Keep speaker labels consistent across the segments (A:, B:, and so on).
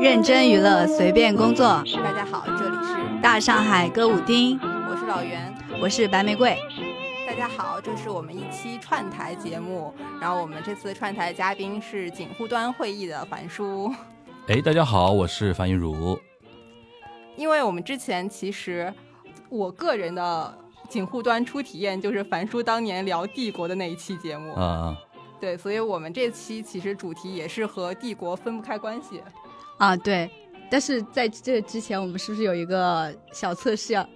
A: 认真娱乐，随便工作。大家好，这里是大上海歌舞厅，
B: 我是老袁。
A: 我是白玫瑰。
B: 大家好，这是我们一期串台节目，然后我们这次串台嘉宾是警户端会议的樊叔。
C: 哎，大家好，我是樊云茹。
B: 因为我们之前其实我个人的警户端初体验就是樊叔当年聊帝国的那一期节目，
C: 啊、
B: 对，所以我们这期其实主题也是和帝国分不开关系。
A: 啊，对。但是在这之前，我们是不是有一个小测试要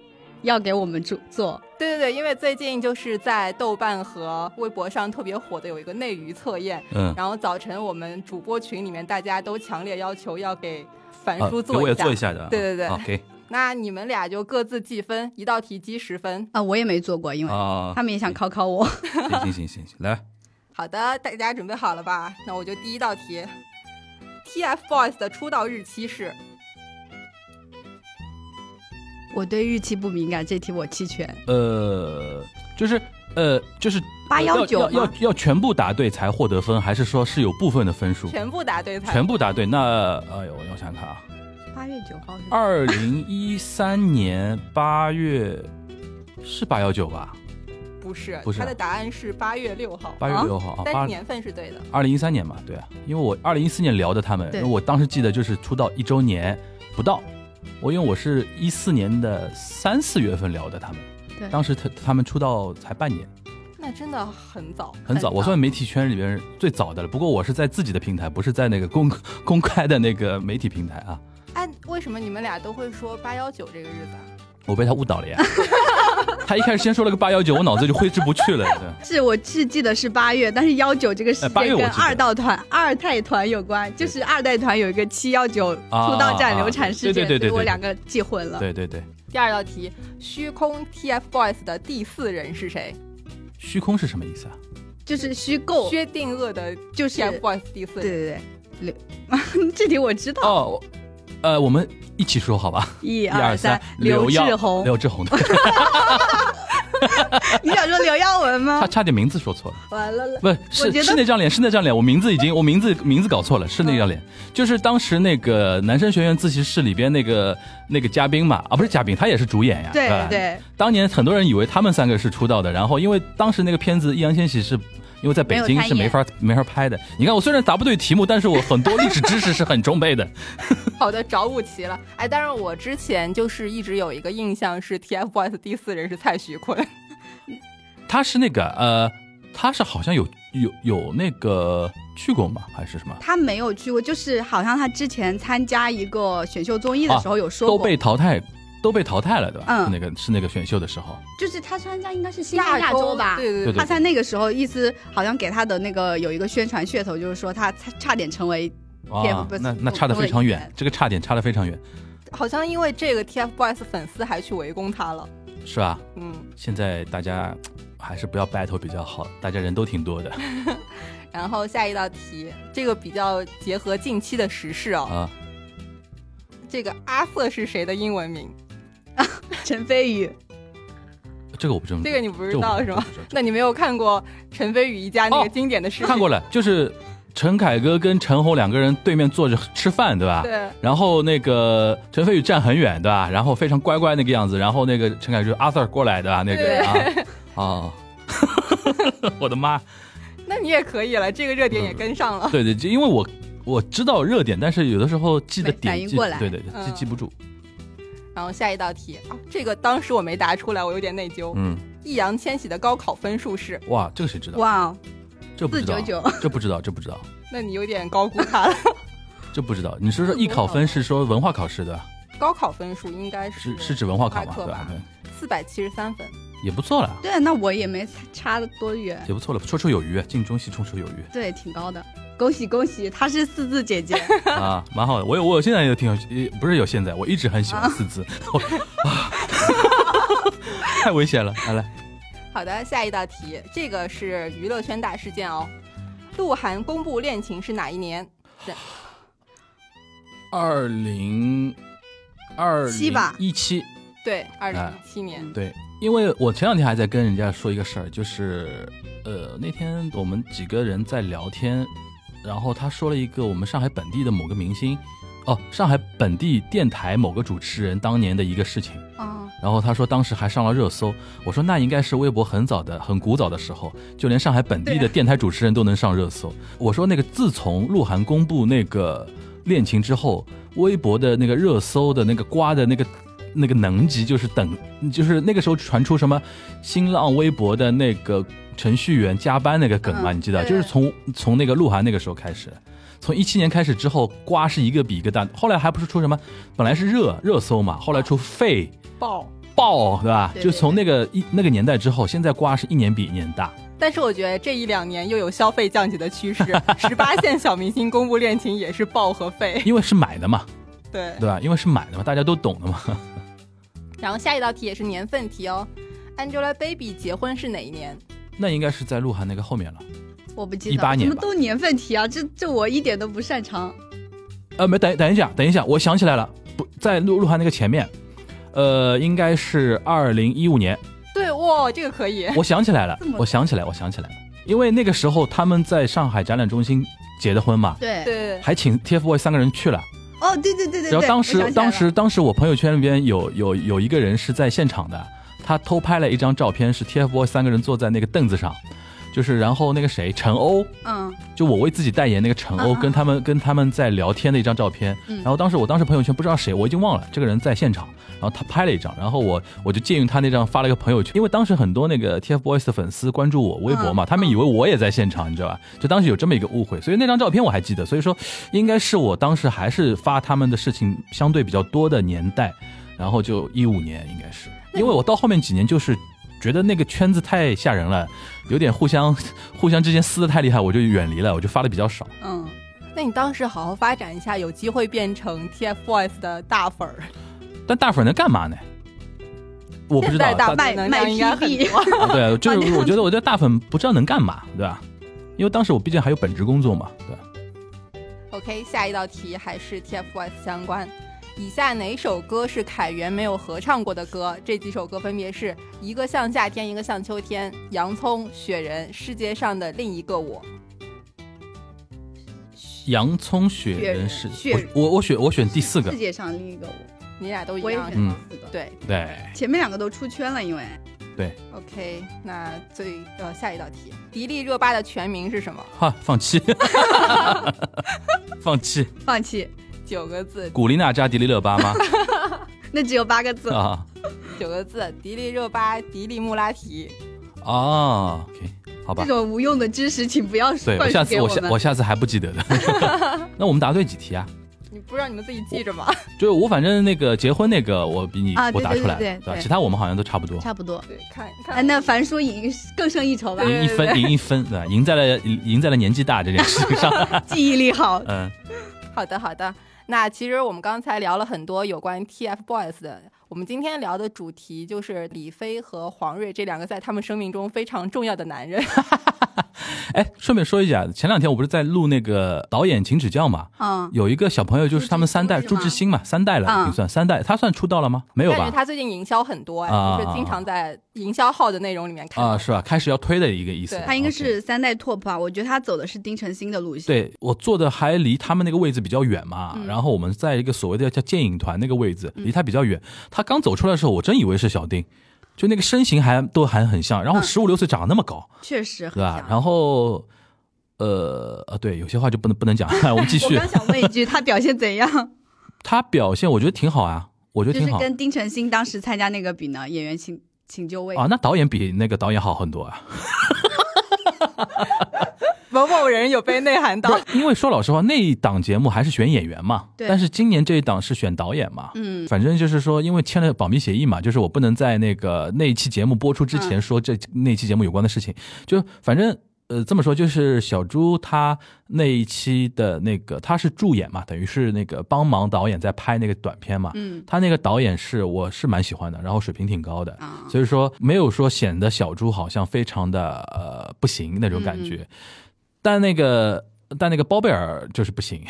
A: 要给我们做做？
B: 对对对，因为最近就是在豆瓣和微博上特别火的有一个内娱测验，
C: 嗯，
B: 然后早晨我们主播群里面大家都强烈要求要给樊
C: 啊，
B: 叔
C: 给我
B: 做
C: 也
B: 一下。
C: 做一下的啊。
B: 对对对
C: 好，给
B: 那你们俩就各自计分，一道题积十分。
A: 啊，我也没做过，因为
C: 啊
A: 他，们也想考考我。
C: 行行行行行，来，
B: 好的，大家准备好了吧？那我就第一道题，TFBOYS 的出道日期是
C: 嗯
A: 我对日期不敏感，这题我弃权。
C: 呃，就是呃，就是
A: 八幺九
C: 哦要要
A: 吗
C: 要？要全部答对才获得分，还是说是有部分的分数？
B: 全部嗯答对才
C: 全部答对，那哎呦，我想想看啊，
A: 八月九号是吧
C: 二零一三年八月是八幺九吧？
B: 不是，
C: 不是啊
B: 他的答案是八月六号，
C: 八月
A: 啊
C: 六号啊，
B: 但
C: 八
B: 是年份是对的。
C: 二零一三年嘛，对啊，因为我二零一四年聊的他们，
A: 对
C: 因为我当时记得就是出道一周年不到，我因为我是一四年的三四月份聊的他们，
A: 对
C: 当时他他们出道才半年，
B: 那真的很早，
C: 很早，我算媒体圈里边最早的了。不过我是在自己的平台，不是在那个公 公开的那个媒体平台啊，
B: 哎，为什么你们俩都会说八幺九这个日子啊？
C: 我被他误导了呀。 他一开始先说了个八幺九，我脑子就挥之不去了。 对，
A: 是我是记得是八月，但是幺九这个事
C: 哎八月
A: 件
C: 我
A: 跟
C: 记得
A: 二代团、二代团有关，就是二代团有一个七幺九出
C: 啊
A: 道战流产事件，
C: 对对对
A: 所
C: 对
A: 以我
C: 对
A: 两个记混了。
C: 对对对，
B: 第二道题，虚空 TFBOYS 的第四人是谁？
C: 虚空是什么意思啊？
A: 就是虚构，
B: 薛定谔的
A: 哦就是对
B: TFBOYS 第四
A: 对
B: 人，
A: 对对，刘 这题我知道，
C: 哦，我呃，我们一起说好吧？
A: 一
C: 一二
A: 三
C: 三，，
A: 刘
C: 耀
A: 志宏，
C: 刘志宏 的。
A: 你想说刘耀文吗
C: 他？差点名字说错了，
A: 完了了，
C: 不是
A: 我觉
C: 是
A: 得
C: 是那张脸，是那张脸，我名字已经我名字名字搞错了，是那张脸，
A: 嗯
C: 就是当时那个男生学院自习室里边那个那个嘉宾嘛，啊不是嘉宾，他嗯也是主演呀，
A: 对
C: 吧
A: 对，
C: 当年很多人以为他们三个是出道的，然后因为当时那个片子《易烊千玺》是。因为在北京是没法没法拍的。你看，我虽然答不对题目，但是我很多历史知识是很充沛的。
B: 好的，找补齐了。哎，当然我之前就是一直有一个印象是 TFBOYS 第四人是蔡徐坤，
C: 他是那个呃，他是好像有有有那个去过吗？还是什么？
A: 他没有去过，就是好像他之前参加一个选秀综艺的时候有说
C: 啊都
A: 过，
C: 被淘汰，都被淘汰了，对吧？
A: 嗯
C: 是那个是那个选秀 的时候。
A: 就是他参加应该是新爱亚洲吧，
B: 对对
C: 对
A: 他在那个时候，意思好像给他的那个有一个宣传噱头，就是说他差差点成为
C: 哇
A: TFBOYS
C: 那那差得非常
A: 中的
C: 远
A: 一，
C: 这个差点差得非常远，
B: 好像因为这个 TFBOYS 粉丝还去围攻他了。
C: 是吧？
B: 嗯，
C: 现在大家还是不要 battle 比较好，大家人都挺多的
B: 然后下一道题，这个比较结合近期的时事哦。
C: 啊。
B: 这个阿瑟是谁的英文名？
A: 陈飞 宇。
C: 这个我不知道，
B: 这个你不知道是吗？
C: 这个我不知道
B: 那你没有看过陈飞宇一家那个
C: 哦
B: 经典的视频？
C: 看过了，就是陈凯歌跟陈红两个人对面坐着吃饭，对吧？
B: 对，
C: 然后那个陈飞宇站很远，对吧？然后非常乖乖那个样子，然后那个陈凯歌阿 Sir 过来，对吧？那个啊， 哦，我的妈！
B: 那你也可以了，这个热点也跟上了。
C: 对对，就因为我我知道热点，但是有的时候记的
A: 没反
C: 点
A: 应
C: 记
A: 过来
C: 对对对，记
B: 嗯
C: 记不住。嗯
B: 然后下一道题啊，这个当时我没答出来，我有点内疚。
C: 嗯，
B: 易烊千玺的高考分数是？
C: 哇，这个谁知道？
A: 哇，哦
C: 这不知道，
A: 499
C: 这不知道，这不知道，
B: 那你有点高估他了。
C: 这不知道。你是说艺考分是说文化考试的，
B: 高考分数应该
C: 是
B: 是
C: 是指文化考嘛？
B: 文
C: 对
B: 化
C: 吧
B: 课？四百七十三分。
C: 对也不错了，
A: 对，那我也没差多远，
C: 也不错了，绰绰有余，啊尽忠系，绰绰有 余
A: 对，挺高的。恭喜恭喜，她是四字 姐姐，
C: 啊，蛮好的。我有我有现在也挺有，不是有现在，我一直很喜欢四字，我 啊，太危险了。来来，
B: 好的，下一道题，这个是娱乐圈大事件哦。鹿晗公布恋情是哪一年？
C: 二零二
A: 七吧
C: 一七，
B: 对，二零
C: 哎
B: 一七年。
C: 对，因为我前两天还在跟人家说一个事儿，就是呃那天我们几个人在聊天，然后他说了一个我们上海本地的某个明星，哦，上海本地电台某个主持人当年的一个事情。
A: 哦，
C: 然后他说当时还上了热搜，我说那应该是微博很早的、很古早的时候，就连上海本地
A: 对
C: 的电台主持人都能上热搜。我说那个自从鹿晗公布那个恋情之后，微博的那个热搜的那个瓜的那个。那个能级就是等，就是那个时候传出什么新浪微博的那个程序员加班那个梗嘛，
A: 嗯
C: 你记得？
A: 对
C: 就是从从那个鹿晗那个时候开始，从一七年开始之后，瓜是一个比一个大。后来还不是出什么，本来是热热搜嘛，后来出沸，
B: 爆。
C: 爆，对吧？
A: 对
C: 就从那个一那个年代之后，现在瓜是一年比一年大。
B: 但是我觉得这一两年又有消费降级的趋 势，十八线小明星公布恋情也是爆和废。
C: 因为是买的嘛，
B: 对，
C: 对吧？因为是买的嘛，大家都懂的嘛。
B: 然后下一道题也是年份题哦，Angelababy 结婚是哪一年？
C: 那应该是在鹿晗那个后面了。
A: 我不记得
C: 18
A: 了，怎
C: 年
A: 么
C: 吧
A: 都年份题啊？这这我一点都不擅长。
C: 呃，没，等等一下，等一下，我想起来了，不在鹿鹿晗那个前面，呃，应该是二零一五年。
B: 对，哇，这个可以。
C: 我想起来了
A: 这么，
C: 我想起来，我想起来了，因为那个时候他们在上海展览中心结的婚嘛，
A: 对，
B: 对，
C: 还请 TFBOYS 三个人去了。
A: 哦，对对对对对。
C: 然后当
A: 我想起
C: 时
A: 来
C: 当
A: 了
C: 时当时我朋友圈里边有有有一个人是在现场的，他偷拍了一张照片，是 TFBOYS 三个人坐在那个凳子上，就是然后那个谁陈欧，
A: 嗯，
C: 就我为自己代言那个陈欧
A: 嗯嗯
C: 跟他们跟他们在聊天的一张照片，
A: 嗯
C: 然后当时我当时朋友圈不知道谁，我已经忘了这个人在现场，然后他拍了一张，然后我我就借用他那张发了个朋友圈，因为当时很多那个 TFBOYS 的粉丝关注我微博嘛，
A: 嗯
C: 他们
A: 嗯
C: 以为我也在现场，你知道吧？就当时有这么一个误会，所以那张照片我还记得，所以说应该是我当时还是发他们的事情相对比较多的年代，然后就一五年应该是，因为我到后面几年就是觉得那个圈子太吓人了，有点互相互相之间撕的太厉害，我就远离了，我就发的比较少。
A: 嗯，
B: 那你当时好好发展一下，有机会变成 TFBOYS 的大粉儿。
C: 但大粉能干嘛呢？我不知
B: 现
C: 道
B: 在，大
C: 大
B: 粉
A: 卖
B: 能
A: 卖
B: 量应该很
A: PB
B: 多。
C: 啊 对，就
A: 把那
C: 是
A: 样
C: 我觉得我觉得大粉不知道能干嘛，对吧？因为当时我毕竟还有本职工作嘛，对吧。
B: OK，下一道题还是 TFBOYS 相关。以下哪首歌是凯源没有合唱过的歌？这几首歌分别是一个像夏天，一个像秋天，洋葱、雪人、世界上的另一个我。
C: 洋葱雪人是
A: 雪人
C: 我我我选我选第四个
A: 世，界上另一 个我，
B: 你俩都一
A: 我也
B: 样
A: 选
B: 是
C: 嗯
B: 吗？
A: 了四个。
B: 对
C: 对，
A: 前面两个都出圈了，因为
B: ，OK，那最呃下一道题，迪丽热巴的全名是什么？
C: 哈，放弃，放弃，
A: 放弃，
B: 九个字，
C: 古力娜扎迪丽热巴 吗？
A: 那只有八个字。
C: 啊
B: 九个字，迪丽热巴，迪丽穆拉提。
C: 啊，OK，好吧
A: 这，种无用的知识，请不要
C: 对我
A: 灌
C: 下
A: 输
C: 次
A: 给
C: 我
A: 们。
C: 下我下次还不记得的。 那我们答对几题啊？
B: 你不让你们自己记着吗？
C: 就是我反正那个结婚那个我比你
A: 啊
C: 我
A: 对
C: 答
A: 对
C: 出来了，
A: 对对
C: 吧？
A: 对
C: 其他我们好像都差不多，
A: 差不多。
B: 对，看看。
A: 哎，那樊叔赢更胜一筹吧，
C: 赢一分赢一分，对吧？赢在了赢在了年纪大这件事情上。
A: 记忆力好。
C: 嗯，
B: 好的，好的。那其实我们刚才聊了很多有关 TFBOYS 的，我们今天聊的主题就是李飞和黄睿这两个在他们生命中非常重要的男人。
C: 哎，顺便说一下，前两天我不是在录那个导演请指教嘛，
A: 嗯，
C: 有一个小朋友就是他们三代
A: 朱
C: 朱
A: 志
C: 志
A: 新
C: 新嘛，三代了
A: 嗯
C: 已经算三代，他算出道了吗？没有
B: 但是
C: 吧？
B: 他最近营销很多、哎
C: 啊
B: 就是经常在营销号的内容里面看到。
C: 啊，是吧？开始要推的一个意思
B: 对，
A: 他应该
C: OK
A: 是三代 top 吧？我觉得他走的是丁程鑫的路线。
C: 对我坐的还离他们那个位置比较远嘛，
A: 嗯
C: 然后我们在一个所谓的叫剑影团那个位置，离他比较远。他刚走出来的时候，我真以为是小丁，就那个身形还都还很像，然后
A: 嗯
C: 十五六岁长得那么高，
A: 确实很
C: 对吧
A: 像？。
C: 然后，呃呃，对，有些话就不能不能讲， 我们继
A: 我
C: 续
A: 刚。想问一句，他表现怎样？
C: 他表现我觉得挺好啊，我觉得
A: 就是
C: 挺好
A: 跟丁程鑫当时参加那个比呢，演员请请就位。
C: 啊。那导演比那个导演好很多啊，
B: 某某人有被内涵到。
C: 因为说老实话，那一档节目还是选演员嘛，
A: 对
C: 但是今年这一档是选导演嘛，
A: 嗯，
C: 反正就是说，因为签了保密协议嘛，就是我不能在那个那一期节目播出之
A: 嗯
C: 前说这、那期节目有关的事情。就反正呃这么说，就是小猪他那一期的那个他是助演嘛，等于是那个帮忙导演在拍那个短片嘛。
A: 嗯
C: 他那个导演是我是蛮喜欢的，然后水平挺高的，
A: 啊，
C: 所以说没有说显得小猪好像非常的呃不行那种感觉，
B: 嗯
C: 但那个但那个包贝尔就是不行，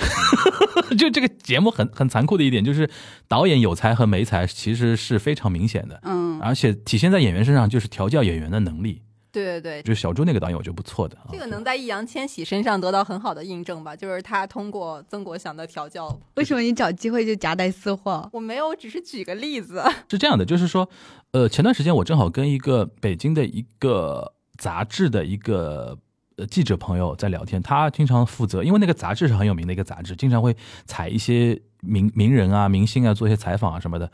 C: 就这个节目很很残酷的一点就是导演有才和没才其实是非常明显的。
A: 嗯，
B: 嗯，
C: 而且体现在演员身上就是调教演员的能力。
B: 对对对，
C: 就是小猪那个导演，我觉得不错的啊。
B: 这个能在易烊千玺身上得到很好的印证吧？就是他通过曾国祥的调教，
A: 为什么你找机会就夹带私货？
B: 我没有，只是举个例子。
C: 是这样的，就是说，呃，前段时间我正好跟一个北京的一个杂志的一个呃记者朋友在聊天，他经常负责，因为那个杂志是很有名的一个杂志，经常会采一些名名人啊、明星啊做一些采访啊什么的。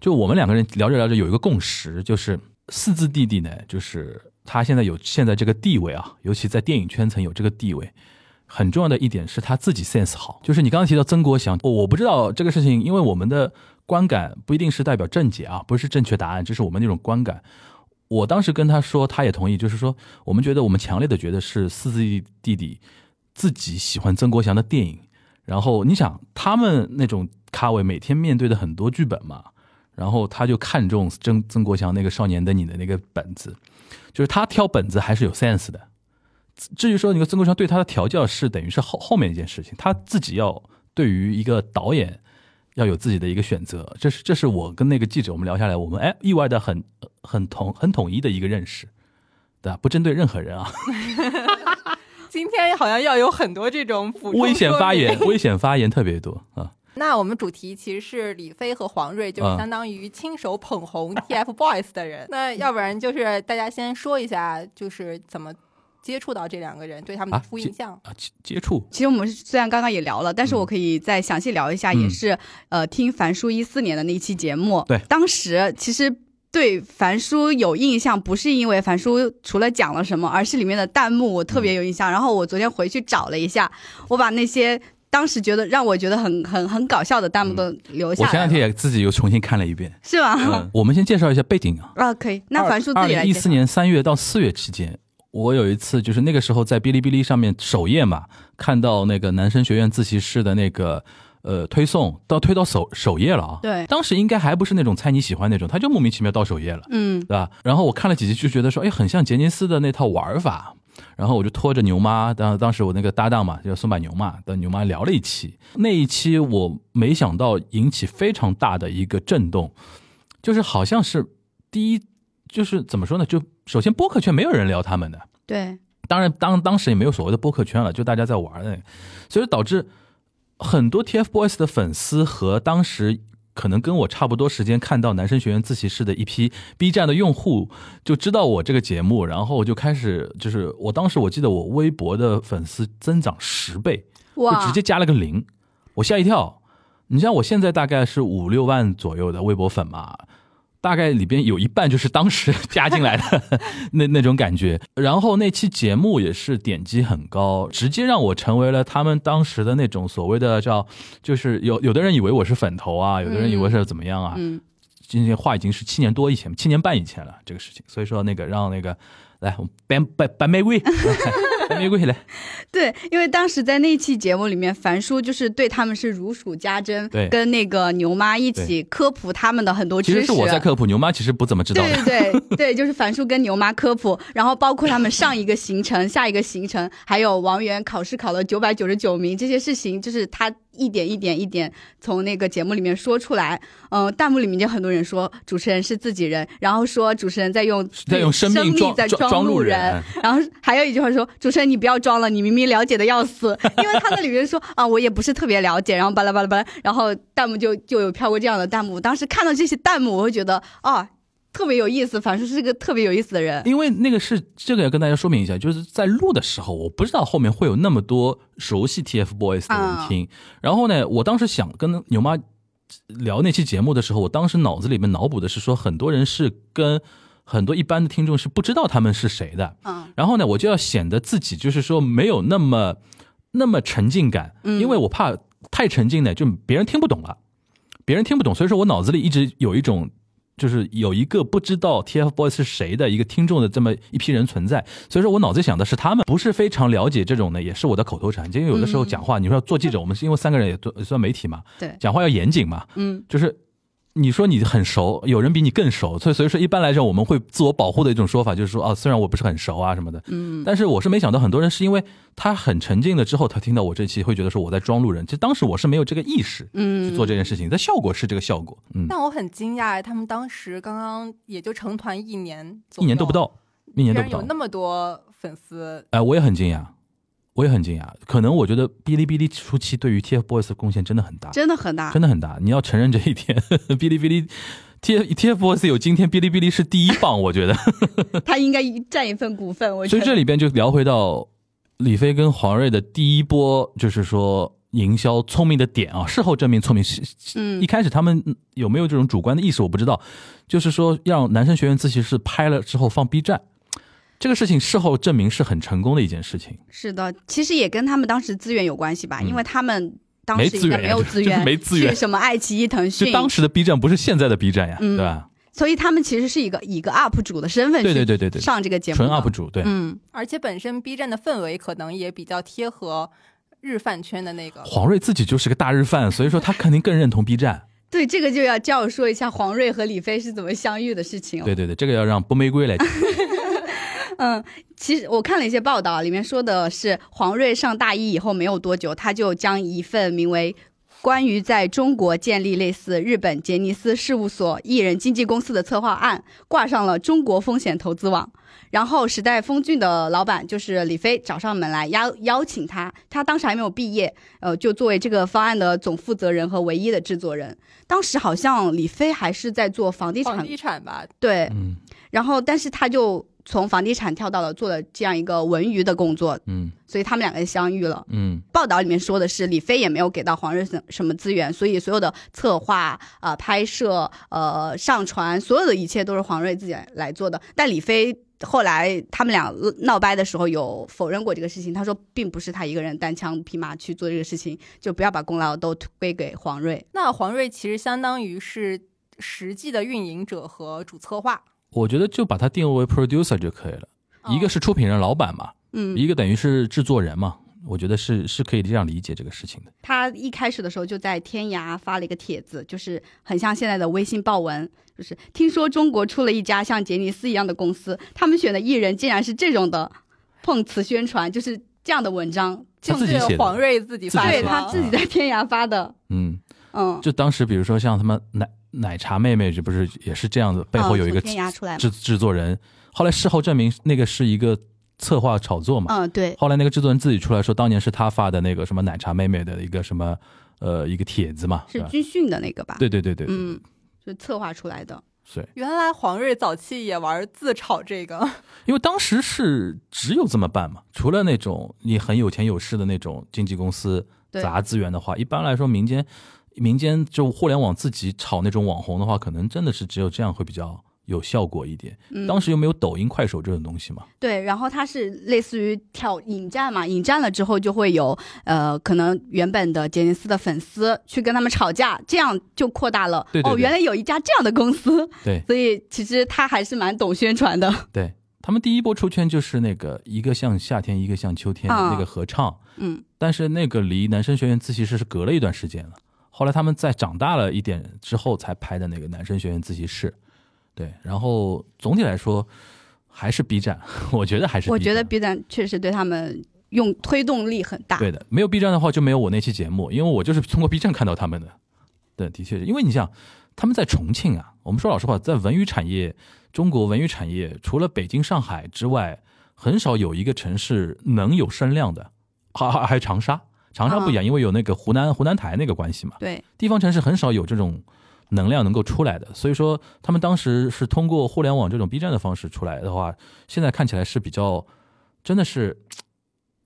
C: 就我们两个人聊着聊着有一个共识，就是四字弟弟呢，就是他现在有现在这个地位啊，尤其在电影圈层有这个地位。很重要的一点是他自己 sense 好，就是你刚刚提到曾国祥，我我不知道这个事情，因为我们的观感不一定是代表正解啊，不是正确答案，这是我们那种观感。我当时跟他说，他也同意，就是说我们觉得我们强烈的觉得是四字弟弟自己喜欢曾国祥的电影，然后你想他们那种咖位每天面对的很多剧本嘛，然后他就看中曾曾国祥那个少年的你的那个本子，就是他挑本子还是有 sense 的。至于说那个曾国祥对他的调教是等于是后后面一件事情，他自己要对于一个导演要有自己的一个选择，这是这是我跟那个记者我们聊下来，我们哎意外的很很统很统一的一个认识，对吧？不针对任何人啊，
B: 今天好像要有很多这种补充
C: 危险
B: 说
C: 发
B: 明
C: 言，危险发言特别多啊。
B: 那我们主题其实是李飞和黄睿，就是
C: 嗯
B: 相当于亲手捧红 TFBOYS 的人。那要不然就是大家先说一下，就是怎么接触到这两个人，对他们的
C: 啊
B: 初
C: 接
B: 印象。
C: 啊，接接触
A: 其实我们虽然刚刚也聊了，但是我可以再详细聊一下，
C: 嗯
A: 也是呃听樊叔一四年的那一期节目，
C: 对
A: 当时其实。对樊叔有印象，不是因为樊叔除了讲了什么，而是里面的弹幕我特
C: 嗯
A: 别有印象。然后我昨天回去找了一下，我把那些当时觉得让我觉得很很很搞笑的弹幕都留下
C: 嗯我前
A: 来
C: 两
A: 了，
C: 天也自己又重新看了 一遍。
A: 是吗？
C: 嗯，我们先介绍一下背景啊。
A: 啊，可以。那樊叔自
C: 二
A: 己来介
C: 零一
A: 绍
C: 四。年三月到四月期间，我有一次就是那个时候在哔哩哔哩上面首页嘛，看到那个男生学院自习室的那个呃推送，到推到首首页了啊。
A: 对
C: 当时应该还不是那种猜你喜欢那种，他就莫名其妙到首页了。
A: 嗯，
C: 对吧？然后我看了几集就觉得说，哎，很像杰尼斯的那套玩法。然后我就拖着牛妈，当当时我那个搭档嘛，叫松柏牛嘛，跟牛妈聊了一期。那一期我没想到引起非常大的一个震动，就是好像是第一，就是怎么说呢？就首先播客圈没有人聊他们的，
A: 对，
C: 当然当当时也没有所谓的播客圈了，就大家在玩儿的那个，所以导致很多 TFBOYS 的粉丝和当时可能跟我差不多时间看到男生学院自习室的一批 B 站的用户，就知道我这个节目，然后就开始就是我当时我记得我微博的粉丝增长十倍，就
A: 哇，
C: 直接加了个零，我吓一跳。你像我现在大概是五六万左右的微博粉嘛，大概里边有一半就是当时 加进 来的那那种感觉。然后那期节目也是点击很高，直接让我成为了他们当时的那种所谓的叫，就是有有的人以为我是粉头啊，有的人以为是怎么样啊，
A: 嗯，
C: 今天话已经是七年多以前，七年半以前了，这个事情。所以说那个让那个来，我们搬搬搬玫瑰， 搬玫瑰来，
A: 对，因为当时在那期节目里面，樊叔就是对他们是如数家珍
C: 对，
A: 跟那个牛妈一起科普他们的很多
C: 其
A: 知
C: 实
A: 识。
C: 是我在科普，牛妈其实不怎么知道的。
A: 对对对对，就是樊叔跟牛妈科普，然后包括他们上一个行程、下一个行程，还有王源考试考了九百九十九名这些事情，就是他一点一点一点从那个节目里面说出来。嗯、弹幕里面就很多人说主持人是自己人，然后说主持人在用
C: 在用生命装
A: 在
C: 装
A: 路
C: 路
A: 人，，然后还有一句话说：“主持人，你不要装了，你明明了解的要死。” 因为他那里面说啊，我也不是特别了解，然后巴拉巴拉巴拉，然后弹幕就就有飘过这样的弹幕。当时看到这些弹幕，我会觉得啊，特别有意思，反正是个特别有意思的人。
C: 因为那个是这个要跟大家说明一下，就是在录的时候，我不知道后面会有那么多熟悉 TFBOYS 的人听。然后呢，我当时想跟牛妈聊那期节目的时候，我当时脑子里面脑补的是说，很多人是跟很多一般的听众是不知道他们是谁的。
A: 嗯，
C: 然后呢，我就要显得自己就是说没有那么那么沉浸感，
A: 嗯
C: 因为我怕太沉浸呢，就别人听不懂了，别人听不懂，所以说我脑子里一直有一种。就是有一个不知道 TFBOYS 是谁的一个听众的这么一批人存在，所以说我脑子想的是他们，不是非常了解这种呢，也是我的口头禅。因为有的时候
A: 嗯
C: 讲话，你说做记者，我们是因为三个人也做也算媒体嘛，
A: 对
C: 讲话要严谨嘛，
A: 嗯，
C: 就是你说你很熟，有人比你更熟，所以所以说一般来讲我们会自我保护的一种说法就是说啊，虽然我不是很熟啊什么的，
A: 嗯，
C: 但是我是没想到很多人是因为他很沉浸了之后，他听到我这期会觉得说我在装路人，其实当时我是没有这个意识
A: 嗯
C: 去做这件事情，但效果是这个效果，嗯，
B: 但我很惊讶，他们当时刚刚也就成团一年左右，
C: 一年都不，到，一
B: 居
C: 年都
B: 然
C: 不
B: 有
C: 到
B: 那，么多粉丝，
C: 哎，我也很惊讶，我也很惊讶，可能我觉得哔哩哔哩初期对于 TFBOYS 的贡献真的很大，
A: 真的很大，
C: 真的很大，你要承认这一点。 哔哩哔哩 T TFBOYS 有今天，哔哩哔哩是第一棒，我觉得。
A: 他应该占一份股份，我觉
C: 所以
A: 得。
C: 这里边就聊回到李飞跟黄睿的第一波，就是说营销聪明的点啊，事后证明聪明是。
A: 嗯
C: 一开始他们有没有这种主观的意识，我不知道。就是说，让男生学院自习室拍了之后放 B 站，这个事情事后证明是很成功的一件事情。
A: 是的，其实也跟他们当时资源有关系吧，
C: 嗯
A: 因为他们当
C: 没
A: 时
C: 资
A: 应该
C: 源
A: 没
C: 呀
A: 有
C: 就
A: 资
C: 就是
A: 源，
C: 没资源
A: 去什么爱奇艺、腾
C: 就
A: 讯，
C: 当时的 B 站不是现在的 B 站呀，
A: 嗯
C: 对吧？
A: 所以他们其实是一个以一个 UP 主的身份
C: 对对
A: 去
C: 对对对，
A: 上这个节目的，
C: 纯 UP 主，对，
A: 嗯，
B: 而且本身 B 站的氛围可能也比较贴合日饭圈的那个。
C: 黄睿自己就是个大日饭，所以说他肯定更认同 B 站。
A: 对，这个就要叫我说一下黄睿和李飞是怎么相遇的事情哦了。
C: 对对对，这个要让波玫瑰来讲。
A: 嗯，其实我看了一些报道，里面说的是黄睿上大一以后没有多久，他就将一份名为。关于在中国建立类似日本杰尼斯事务所艺人经纪公司的策划案，挂上了中国风险投资网。然后时代峰峻的老板就是李飞找上门来邀邀请他，他当时还没有毕业，呃，就作为这个方案的总负责人和唯一的制作人。当时好像李飞还是在做房地
B: 房
A: 产，
B: 地产吧，
A: 对，
C: 嗯
A: 然后，但是他就从房地产跳到了做了这样一个文娱的工作，
C: 嗯
A: 所以他们两个人相遇了。
C: 嗯
A: 报道里面说的是，李飞也没有给到黄日什什么资源，所以所有的策划、呃拍摄、呃上传，所有的一切都是黄睿自己来来做的。但李飞后来他们俩闹掰的时候有否认过这个事情，他说并不是他一个人单枪匹马去做这个事情，就不要把功劳都推给黄睿。
B: 那黄睿其实相当于是实际的运营者和主策划。
C: 我觉得就把它定位为 producer 就可以了，一个
B: 哦
C: 是出品人老板嘛，
A: 嗯，
C: 一个等于是制作人嘛，我觉得是是可以这样理解这个事情的。
A: 他一开始的时候就在天涯发了一个帖子，就是很像现在的微信爆文，就是听说中国出了一家像杰尼斯一样的公司，他们选的艺人竟然是这种的，碰瓷宣传就是这样的文章，
C: 他自己
B: 就是
C: 写的
B: 黄睿自己
C: 自己
B: 发
C: 写
A: 对
B: 的
C: 的
A: 他
B: 吗，
A: 自己在天涯发的，
C: 嗯，
A: 嗯，
C: 就当时比如说像他们奶奶茶妹妹，这不是也是这样子，背后
A: 嗯
C: 有一
A: 从
C: 个制
A: 天涯出来嘛，
C: 制制作人，后来事后证明那个是一个策划炒作嘛。
A: 嗯，对，
C: 后来那个制作人自己出来说，当年是他发的那个什么奶茶妹妹的一个什么呃一个帖子嘛，
A: 是
C: 吧？
A: 军训的那个吧，
C: 对对对对，对
A: 嗯，是策划出来的，
C: 所以
B: 原来黄睿早期也玩自炒这个，
C: 因为当时是只有这么办嘛，除了那种你很有钱有势的那种经纪公司
A: 对
C: 砸资源的话，一般来说民间民间就互联网自己炒那种网红的话，可能真的是只有这样会比较有效果一点。
A: 嗯，
C: 当时又没有抖音、快手这种东西嘛，
A: 对，然后它是类似于挑引战嘛，引战了之后就会有呃，可能原本的杰尼斯的粉丝去跟他们吵架，这样就扩大了。
C: 对对
A: 哦，
C: 对
A: 原来有一家这样的公司，
C: 对
A: 所以其实他还是蛮懂宣传的。
C: 对。他们第一波出圈就是那个一个像夏天，一个像秋天
A: 啊
C: 那个合唱，
A: 嗯，
C: 但是那个离男生学院自习室是隔了一段时间了。后来他们在长大了一点之后才拍的那个男生学院自习室，对。然后总体来说还是 B 站， 我觉得还是 B 站
A: 我觉得 B 站确实对他们用推动力很大。
C: 对的，没有 B 站的话就没有我那期节目，因为我就是通过 B 站看到他们的。对，的确是因为你想，他们在重庆啊，我们说老实话，在文娱产业，中国文娱产业除了北京、上海之外，很少有一个城市能有声量的。还还还有长沙，长沙不一样，因为有那个湖南湖南台那个关系嘛，
A: 对
C: 地方城市很少有这种能量能够出来的。所以说，他们当时是通过互联网这种 B 站的方式出来的话，现在看起来是比较，真的是呃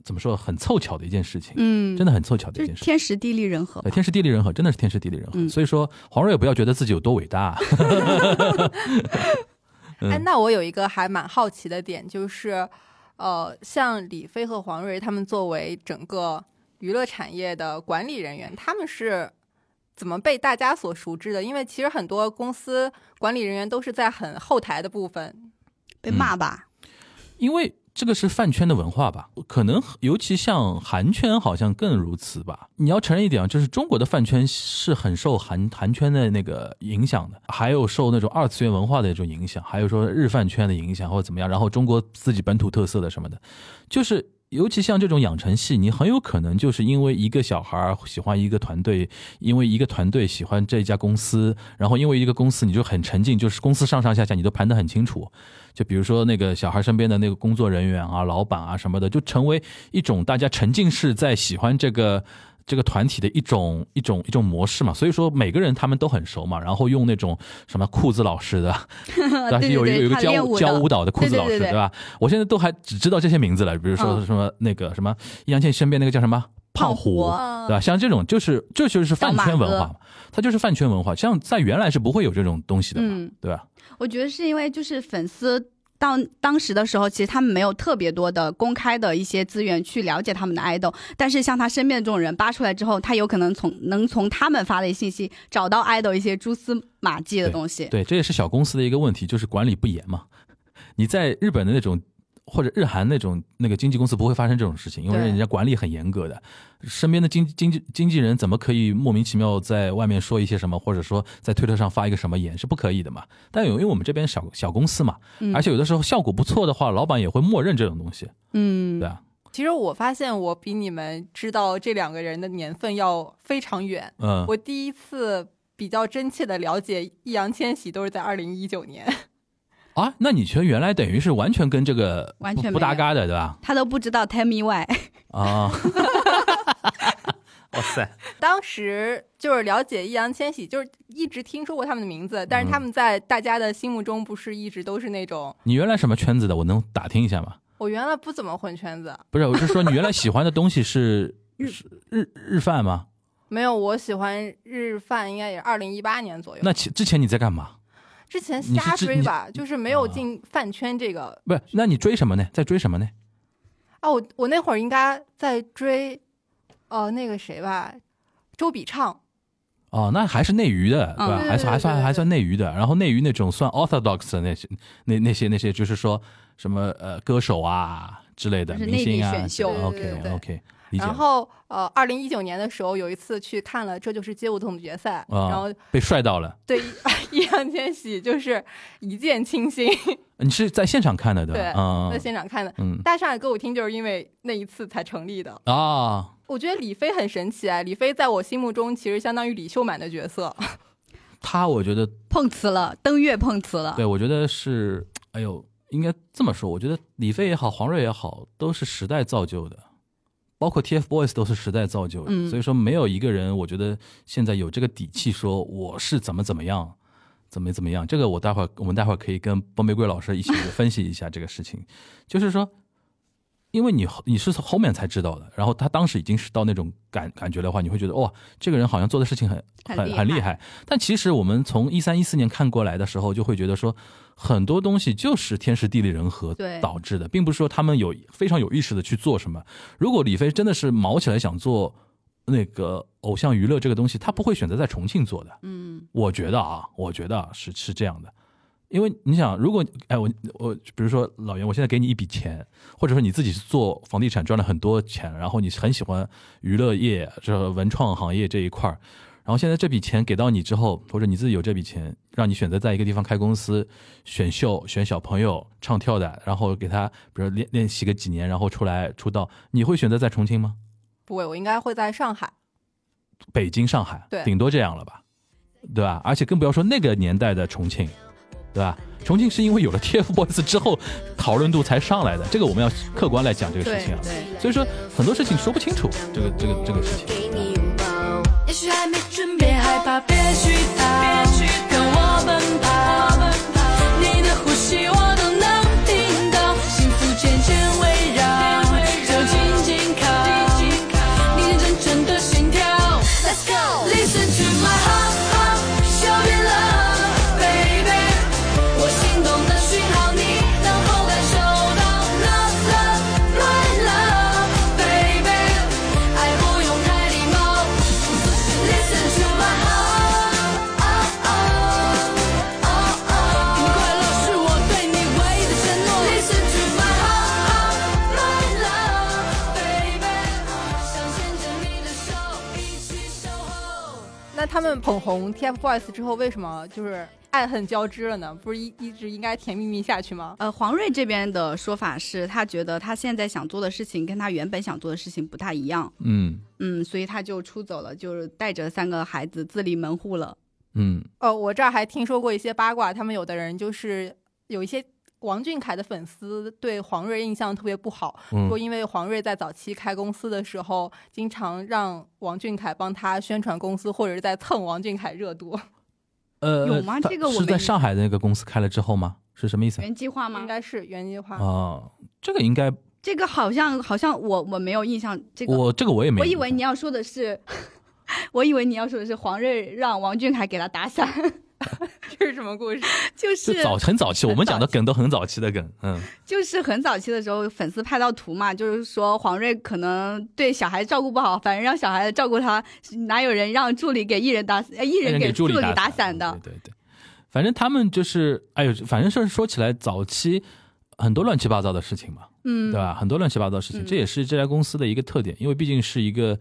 C: 怎么说，很凑巧的一件事情。
A: 嗯，
C: 真的很凑巧的
A: 就
C: 一
A: 是
C: 件事。
A: 天时地利人和吧
C: 呃，。天时地利人和，真的是天时地利人和。
A: 嗯
C: 所以说，黄睿也不要觉得自己有多伟大。啊嗯
B: 哎，那我有一个还蛮好奇的点，就是，呃，像李飞和黄睿他们作为整个娱乐产业的管理人员，他们是怎么被大家所熟知的？因为其实很多公
C: 嗯
B: 司管理人员都是在很后台的部分，
A: 被骂吧，
C: 因为这个是饭圈的文化吧？可能尤其像韩圈，好像更如此吧。你要承认一点啊，就是中国的饭圈是很受韩韩圈的那个影响的，还有受那种二次元文化的一种影响，还有说日饭圈的影响或者怎么样，然后中国自己本土特色的什么的，就是。尤其像这种养成系，你很有可能就是因为一个小孩儿喜欢一个团队，因为一个团队喜欢这家公司，然后因为一个公司你就很沉浸，就是公司上上下下你都盘得很清楚，就比如说那个小孩身边的那个工作人员啊、老板啊什么的，就成为一种大家沉浸式在喜欢这个这个团体的一种一种一种模式嘛。所以说每个人他们都很熟嘛，然后用那种什么裤子老 师的， 但是有一个有一个
A: 他练
C: 教
A: 舞的
C: 教舞蹈的裤
A: 对
C: 子
A: 对
C: 老师
A: 对对
C: 对吧？我现在都还只知道这些名字了，比如说
A: 嗯
C: 什么那个什么易烊千玺身边那个叫什么胖
A: 胖虎
C: 虎。
B: 啊
C: 对吧？像这种就是这就是饭
A: 小马
C: 圈文
A: 哥
C: 化嘛，它就是饭圈文化。像在原来是不会有这种东西的嘛，
A: 嗯
C: 对吧？
A: 我觉得是因为就是粉丝到当时的时候，其实他们没有特别多的公开的一些资源去了解他们的 idol，但是像他身边的这种人扒出来之后，他有可能从能从他们发的信息找到 idol 一些蛛丝马迹的东西。
C: 对，这也是小公司的一个问题，就是管理不严嘛。 你在日本的那种或者日韩那种那个经纪公司不会发生这种事情，因为
A: 对
C: 人家管理很严格的。身边的经经纪经纪人怎么可以莫名其妙在外面说一些什么，或者说在推特上发一个什么言是不可以的嘛？但有因为我们这边小小公司嘛，
A: 嗯
C: 而且有的时候效果不错的话，老板也会默认这种东西，
A: 嗯
C: 对，啊，
B: 其实我发现我比你们知道这两个人的年份要非常远。
C: 嗯，
B: 我第一次比较真切的了解易烊千玺都是在二零一九年，
C: 啊，那你觉得原来等于是完全跟这个
A: 完
C: 不
A: 全
C: 不
A: 没
C: 搭
A: 有
C: 嘎的，对吧？
A: 他都不知道 Tell Me Why。
C: 啊，哇塞，
B: 当时就是了解易烊千玺，就是一直听说过他们的名字，但
C: 嗯
B: 是他们在大家的心目中不是一直都是那种
C: 你原来什么圈子的？我能打听一下吗？
B: 我原来不怎么混圈子，
C: 不是，我是说你原来喜欢的东 西是
B: 日
C: 是日日饭吗？
B: 没有我喜欢日饭，应该也是二零一八年左右。
C: 那其之前你在干嘛？
B: 之前
C: 你是
B: 瞎
C: 知
B: 追
C: 你
B: 吧，就是没有
C: 啊
B: 进饭圈这个
C: 不是，那你追什么呢？在追什么呢？
B: 啊，我我那会儿应该在追，呃，那个谁吧，周笔畅，
C: 哦，那还是内娱的，对吧？
A: 嗯
C: 还算
B: 对对对
C: 还算
B: 对
C: 还算内娱的。然后内娱那种算 orthodox 的那些那那些那些，就是说什么呃歌手啊之类的
A: 就是
C: 明
A: 内地
C: 星啊
A: 选秀
B: 对对
C: OK
B: 对
C: OK，理解
B: 然
C: 了。
B: 后呃，二零一九年的时候有一次去看了《这就是街舞》总决赛，
C: 啊
B: 然后
C: 被帅到了，
B: 对 易烊千玺就是一见倾心，
C: 你是在现场看的对
B: 对
C: 吧？
B: 在
C: 嗯
B: 现场看的。
C: 嗯
B: 大上海歌舞厅就是因为那一次才成立的。
C: 啊，
B: 我觉得李飞很神奇啊，李飞在我心目中其实相当于李秀满的角色。
C: 他我觉得
A: 碰瓷了，登月碰瓷了。
C: 对，我觉得是，哎呦，应该这么说，我觉得李飞也好，黄睿也好，都是时代造就的，包括 TFBOYS 都是时代造就的，
A: 嗯
C: 所以说没有一个人，我觉得现在有这个底气说我是怎么怎么样。怎么怎么样？这个我待会儿我们待会儿可以跟包玫瑰老师一 起分析一下这个事情，就是说，因为你后你是从后面才知道的，然后他当时已经是到那种感感觉的话，你会觉得哇，这个人好像做的事情很
A: 很
C: 很
A: 厉
C: 很厉
A: 害
C: 害。但其实我们从一三一四年看过来的时候，就会觉得说，很多东西就是天时地利人和
A: 对
C: 导致的，并不是说他们有非常有意识的去做什么。如果李飞真的是毛起来想做那个偶像娱乐这个东西，他不会选择在重庆做的。
A: 嗯，
C: 我觉得啊，我觉得啊是是这样的，因为你想，如果哎我我比如说老袁，我现在给你一笔钱，或者说你自己是做房地产赚了很多钱，然后你很喜欢娱乐业这文创行业这一块儿，然后现在这笔钱给到你之后，或者你自己有这笔钱，让你选择在一个地方开公司，选秀、选小朋友、唱跳的，然后给他比如练练习个几年，然后出来出道，你会选择在重庆吗？
B: 不会，我应该会在上海。
C: 北京、上海，
B: 对
C: 顶多这样了吧，对吧？而且更不要说那个年代的重庆，对吧？重庆是因为有了 TFBOYS 之后，讨论度才上来的，这个我们要客观来讲这个事
A: 对
C: 情啊。
A: 对。
C: 所以说很多事情说不清楚，这个这个这个事情。
D: 给你拥抱。也许还没准备，害怕，别去逃，跟我奔跑。你的呼吸我都能听到，幸福渐渐围绕，就紧紧靠，你真正的心跳。Let's go。Listen to my heart, heart, show me love, baby。我心动的讯号，你能否感受到？Love, love, my love, baby。爱不用太礼貌，Listen to my heart。啊
B: 他们捧红 TFBOYS 之后，为什么就是爱恨交织了呢？不是一一直应该甜蜜蜜下去吗？
A: 呃，黄睿这边的说法是，他觉得他现在想做的事情跟他原本想做的事情不太一样，
C: 嗯
A: 嗯，所以他就出走了，就是带着三个孩子自立门户了。
C: 嗯，
B: 哦，我这儿还听说过一些八卦，他们有的人就是有一些王俊凯的粉丝对黄睿印象特别不好，
C: 嗯
B: 说因为黄睿在早期开公司的时候，经常让王俊凯帮他宣传公司，或者是在蹭王俊凯热度，
C: 呃，
A: 有吗
C: 他
A: 这个我
C: 是
A: 没
C: 在上海的那个公司开了之后吗？是什么意思？
A: 原计划
B: 应
A: 吗？
B: 该是原计划。
C: 啊，这个应该
A: 这个好像好像我我没有印象，这个
C: 我这个我也没，
A: 我以为你要说的是， 我以为你要说的是黄睿让王俊凯给他打伞，
B: 这是什么故事？
A: 就是
C: 就早很早期，我们讲的梗都很早期的梗，嗯
A: 就是很早期的时候，粉丝拍到图嘛，就是说黄睿可能对小孩照顾不好，反正让小孩照顾他，哪有人让助理给艺人打呃艺人
C: 给
A: 助
C: 理
A: 理
C: 打
A: 打伞的？
C: 对对对，反正他们就是，哎呦，反正事儿说起来，早期很多乱七八糟的事情嘛，
A: 嗯，
C: 对吧？很多乱七八糟的事情，
A: 嗯
C: 这也是这家公司的一个特点，因为毕竟是一个，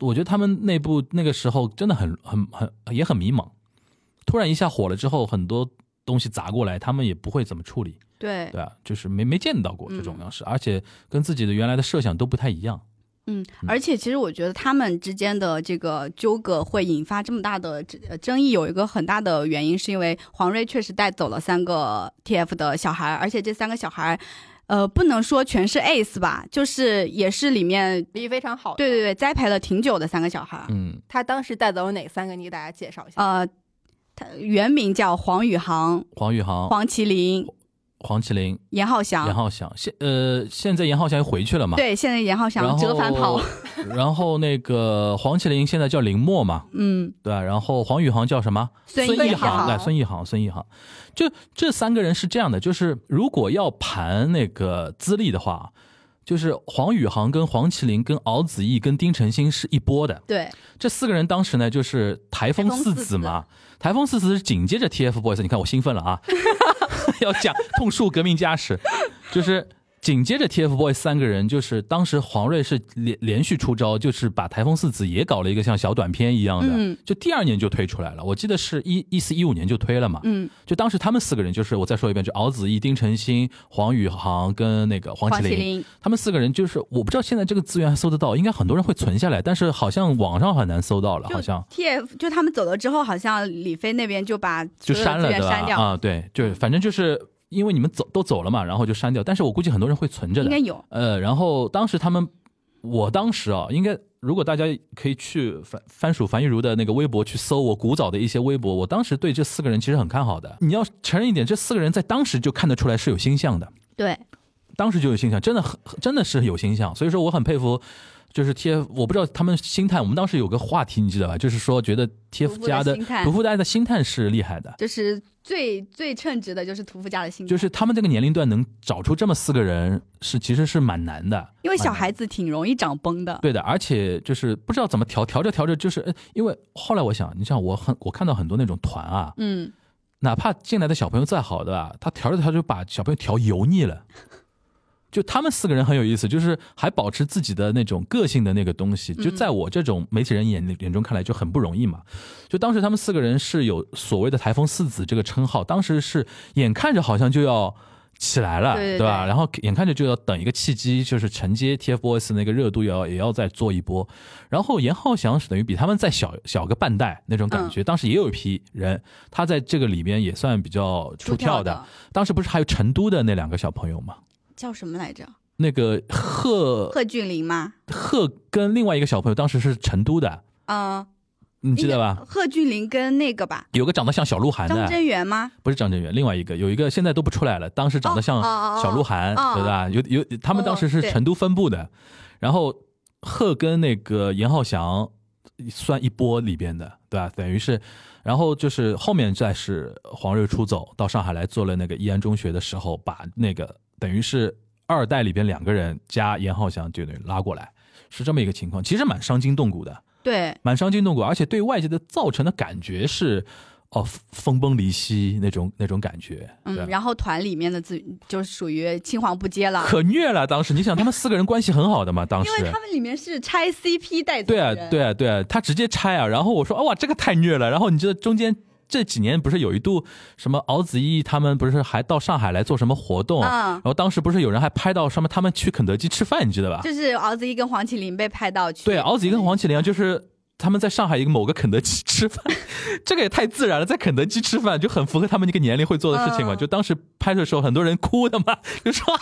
C: 我觉得他们内部那个时候真的很很很也很迷茫，突然一下火了之后，很多东西砸过来，他们也不会怎么处理，
A: 对，
C: 对吧？就是没没见到过这种
A: 嗯
C: 样式，而且跟自己的原来的设想都不太一样。
A: 嗯，而且其实我觉得他们之间的这个纠葛会引发这么大的这呃争议，有一个很大的原因是因为黄睿确实带走了三个 TF 的小孩，而且这三个小孩，呃，不能说全是 ace 吧，就是也是里面
B: 比非常好。
A: 对对，对栽培了挺久的三个小孩。
C: 嗯
B: 他当时带走哪三个？你给大家介绍一下。
A: 呃，他原名叫黄宇航、，
C: 黄宇航、
A: 黄麒麟、
C: 黄麒麟、
A: 严浩翔。
C: 哦严浩翔，现呃现在严浩翔又回去了嘛？
A: 对，现在严浩
C: 然
A: 翔
C: 后
A: 折返跑。
C: 然后那个黄麒麟现在叫林默嘛，
A: 嗯，
C: 对吧？然后黄宇航叫什么？
A: 孙
C: 孙
A: 一
C: 一
A: 航
C: 航，对，孙一航，孙一航。就这三个人是这样的，就是如果要盘那个资历的话，就是黄宇航跟黄麒麟、跟敖子逸、跟丁程鑫是一波的。
A: 对，
C: 这四个人当时呢，就是台风四子嘛。台风四子是紧接着 TFBOYS，你看我兴奋了啊， 要讲痛述革命家史，就是紧接着 TFBOYS 三个人，就是当时黄睿是连连续出招，就是把台风四子也搞了一个像小短片一样的，
A: 嗯
C: 就第二年就推出来了。我记得是一一四一五年就推了嘛。
A: 嗯，
C: 就当时他们四个人，就是我再说一遍，就敖子逸、丁程鑫、黄宇航跟那个黄
A: 黄
C: 麒
A: 麒
C: 麟，
A: 麟。
C: 他们四个人就是我不知道现在这个资源还搜得到，应该很多人会存下来，但是好像网上很难搜到了，
A: 就
C: 好像
A: TF 就他们走了之后，好像李飞那边就把
C: 就
A: 所有的
C: 删了，
A: 资源
C: 对吧
A: 删？掉，
C: 啊，对，就反正就是因为你们走都走了嘛，然后就删掉，但是我估计很多人会存着
A: 应该
C: 的。
A: 有。
C: 呃，然后当时他们，我当时啊，应该如果大家可以去番番薯樊玉茹的那个微博去搜我古早的一些微博，我当时对这四个人其实很看好的。你要承认一点，这四个人在当时就看得出来是有星象的。
A: 对，
C: 当时就有星象，真的很真的是有星象，所以说我很佩服，就是 TF，我不知道他们心态。我们当时有个话题，你记得吧？就是说觉得 TF 家
A: 屠夫的心嗯态
C: 屠夫家的心态是厉害的，
A: 就是最最称职的就是屠夫家的心态，
C: 就是他们这个年龄段能找出这么四个人是其实是蛮难的，
A: 因为小
C: 蛮难的
A: 孩子挺容易长崩的。
C: 对的，而且就是不知道怎么调，调着调着就是，呃因为后来我想，你像我很我看到很多那种团啊，
A: 嗯，
C: 哪怕进来的小朋友再好的啊，他调着调着就把小朋友调油腻了。就他们四个人很有意思，就是还保持自己的那种个性的那个东
A: 嗯
C: 西，就在我这种媒体人眼里眼中看来就很不容易嘛。就当时他们四个人是有所谓的“台风四子”这个称号，当时是眼看着好像就要起来了，
A: 对对
C: 吧？
A: 对
C: 然后眼看着就要等一个契机，就是承接 TFBOYS 那个热度，也要也要再做一波。然后严浩翔是等于比他们再小小个半代那种感
A: 嗯
C: 觉，当时也有一批人，他在这个里边也算比较出挑的。当时不是还有成都的那两个小朋友吗？
A: 叫什么来着？
C: 那个贺
A: 贺峻霖吗？
C: 贺跟另外一个小朋友当时是成都的，
A: 嗯，
C: 你
A: 你
C: 记得吧？？
A: 贺峻霖跟那个吧，
C: 有个长得像小鹿晗
A: 张
C: 的，
A: 真源吗？
C: 不是张震岳，另外一个有一个现在都不出来了，当时长得像
A: 哦哦哦
C: 小鹿晗，
A: 哦哦
C: 对吧？有有，他们当时是
A: 对
C: 成都分部的，然后贺跟那个严浩翔算一波里边的，对吧？等于是，然后就是后面再是黄睿出走到上海来做了那个易安中学的时候，把那个等于是二代里边两个人加严浩翔就等于拉过来，是这么一个情况，其实蛮伤筋动骨的。
A: 对，
C: 蛮伤筋动骨，而且对外界的造成的感觉是，哦分崩离析那种那种感觉，对吧
A: 嗯，然后团里面的自就是属于青黄不接了，
C: 可虐了。当时你想，他们四个人关系很好的嘛，当时
A: 因为他们里面是拆 CP 带走
C: 对
A: 的
C: 啊
A: 人，
C: 对啊对啊，他直接拆啊。然后我说，哦哇，这个太虐了。然后你知道中间。这几年不是有一度什么敖子毅他们不是还到上海来做什么活动，
A: 嗯
C: 啊然后当时不是有人还拍到什么他们去肯德基吃饭，你记得吧？
A: 就是敖子一跟黄绮玲被拍到去，
C: 啊对，敖子怡跟黄绮玲就是他们在上海一个某个肯德基吃饭， 这个也太自然了，在肯德基吃饭就很符合他们那个年龄会做的事情嘛。
A: 嗯
C: 就当时拍摄的时候，很多人哭的嘛， 就说。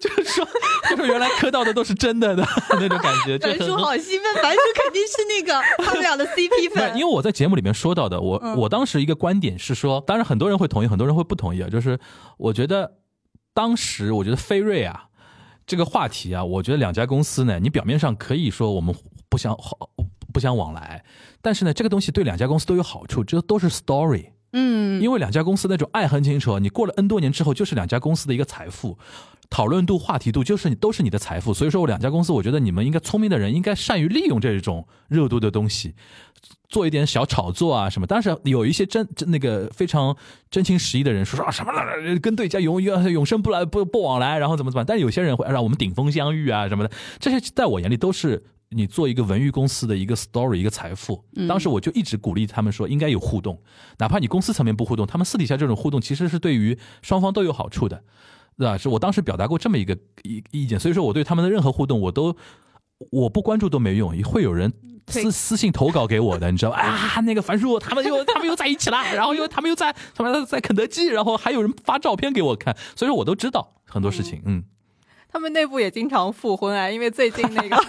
C: 就是说， 就说原来磕到的都是真的 的那种感觉，就
A: 樊叔
C: 很
A: 好兴 奋，樊叔肯定是那 个他们俩的 CP
C: 对，
A: 粉，
C: 因为我在节目里面说到的，我、
A: 嗯
C: 我当时一个观点是说，当然很多人会同意，很多人会不同意啊。就是我觉得当时我觉得飞瑞啊这个话题啊，我觉得两家公司呢，你表面上可以说我们不相好不相往来，但是呢，这个东西对两家公司都有好处，这都是 story。
A: 嗯，
C: 因为两家公司那种爱恨情仇，你过了 N 多年之后，就是两家公司的一个财富，讨论度、话题度就是你都是你的财富。所以说，我两家公司，我觉得你们应该聪明的人应该善于利用这种热度的东西，做一点小炒作啊什么。当然有一些真真那个非常真情实意的人说说、啊、什么了，跟对家永远永生不来不不往来，然后怎么怎么办。但是有些人会啊让我们顶峰相遇啊什么的，这些在我眼里都是。你做一个文娱公司的一个 story，一个财富。当时我就一直鼓励他们说，应该有互动，哪怕你公司层面不互动，他们私底下这种互动其实是对于双方都有好处的，对吧？是我当时表达过这么一个意意见，所以说我对他们的任何互动我都我不关注都没用，会有人。
A: 对
C: 私私信投稿给我的，你知道吧啊？那个樊叔他们又他们又在一起了，然后又他们又在他们在肯德基，然后还有人发照片给我看，所以说我都知道很多事情。嗯，
B: 他们内部也经常复婚啊，因为最近那个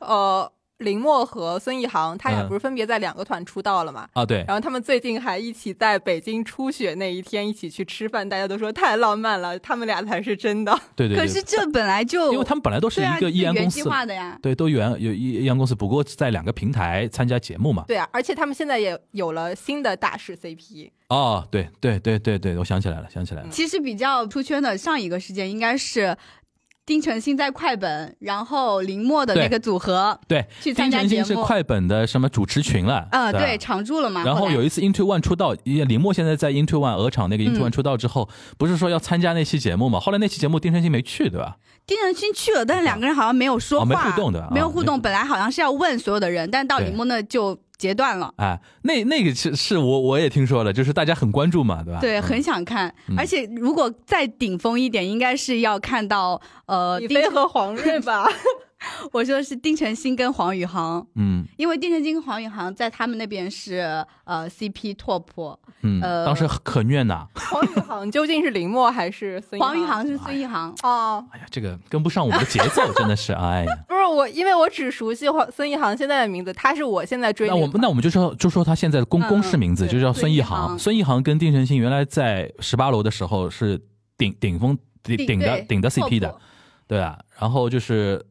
B: 呃林默和孙一航，他俩
C: 嗯
B: 不是分别在两个团出道了嘛？
C: 啊对，
B: 然后他们最近还一起在北京初雪那一天一起去吃饭，大家都说太浪漫了，他们俩才是真的。
C: 对对
A: 可
C: 对，
A: 是这本来就
C: 因为他们本来都是
A: 对啊
C: 一个艺安
A: 原
C: 公
A: 计
C: 司，
A: 划的呀，
C: 对，都原有一一样公司，不过在两个平台参加节目嘛。
B: 对啊，而且他们现在也有了新的大势 CP，
C: 哦，对对对对对，我想起来了，想起来了。
A: 其实比较出圈的上一个事件应该是丁程鑫在快本，然后林默的那个组合
C: 对，
A: 去参
C: 丁
A: 加
C: 程
A: 节
C: 鑫是
A: 目，
C: 快本的什么主持群了？
A: 呃，
C: 吧
A: 对，常驻了嘛。
C: 然后
A: 来
C: 有一次 Into One 出道，也林默现在在 Into One 鹅厂那个 Into
A: 嗯
C: One 出道之后，不是说要参加那期节目嘛？后来那期节目丁程鑫没去，对吧？
A: 丁程鑫去了，但是两个人好像没有说话，
C: 哦没互动的啊
A: 没有互
C: 没
A: 动。
C: 互
A: 本来好像是要问所有的人，但到
C: 对
A: 林默那就截断了。
C: 哎，那那个是是我我也听说了，就是大家很关注嘛，对吧？
A: 对，啊
C: 嗯
A: 很想看，
C: 嗯
A: 而且如果再顶峰一点，应该是要看到呃，
B: 李
A: 丁
B: 飞和黄睿吧？
A: 我说的是丁程鑫跟黄宇航，
C: 嗯
A: 因为丁程鑫跟黄宇航在他们那边是呃 CP top，
C: 嗯，
A: 呃
C: 当时可虐呐！
B: 黄宇航究竟是林默还是孙一
A: 黄宇航是孙一航，
B: 哦，
C: 哎呀，这个跟不上我们的节奏，真的是哎呀。
B: 不是我，因为我只熟悉黄孙一航现在的名字，他是我现在追
C: 那我们那我们就说就说他现在的公
A: 嗯
C: 公式名字
A: 对
C: 就叫
A: 孙
C: 孙
A: 一
C: 一
A: 航
C: 航。孙一航跟丁程鑫原来在十八楼的时候是顶顶峰顶顶的
A: 对
C: 顶的 CP
A: 靠
C: 的
A: 谱，
C: 对啊，然后就是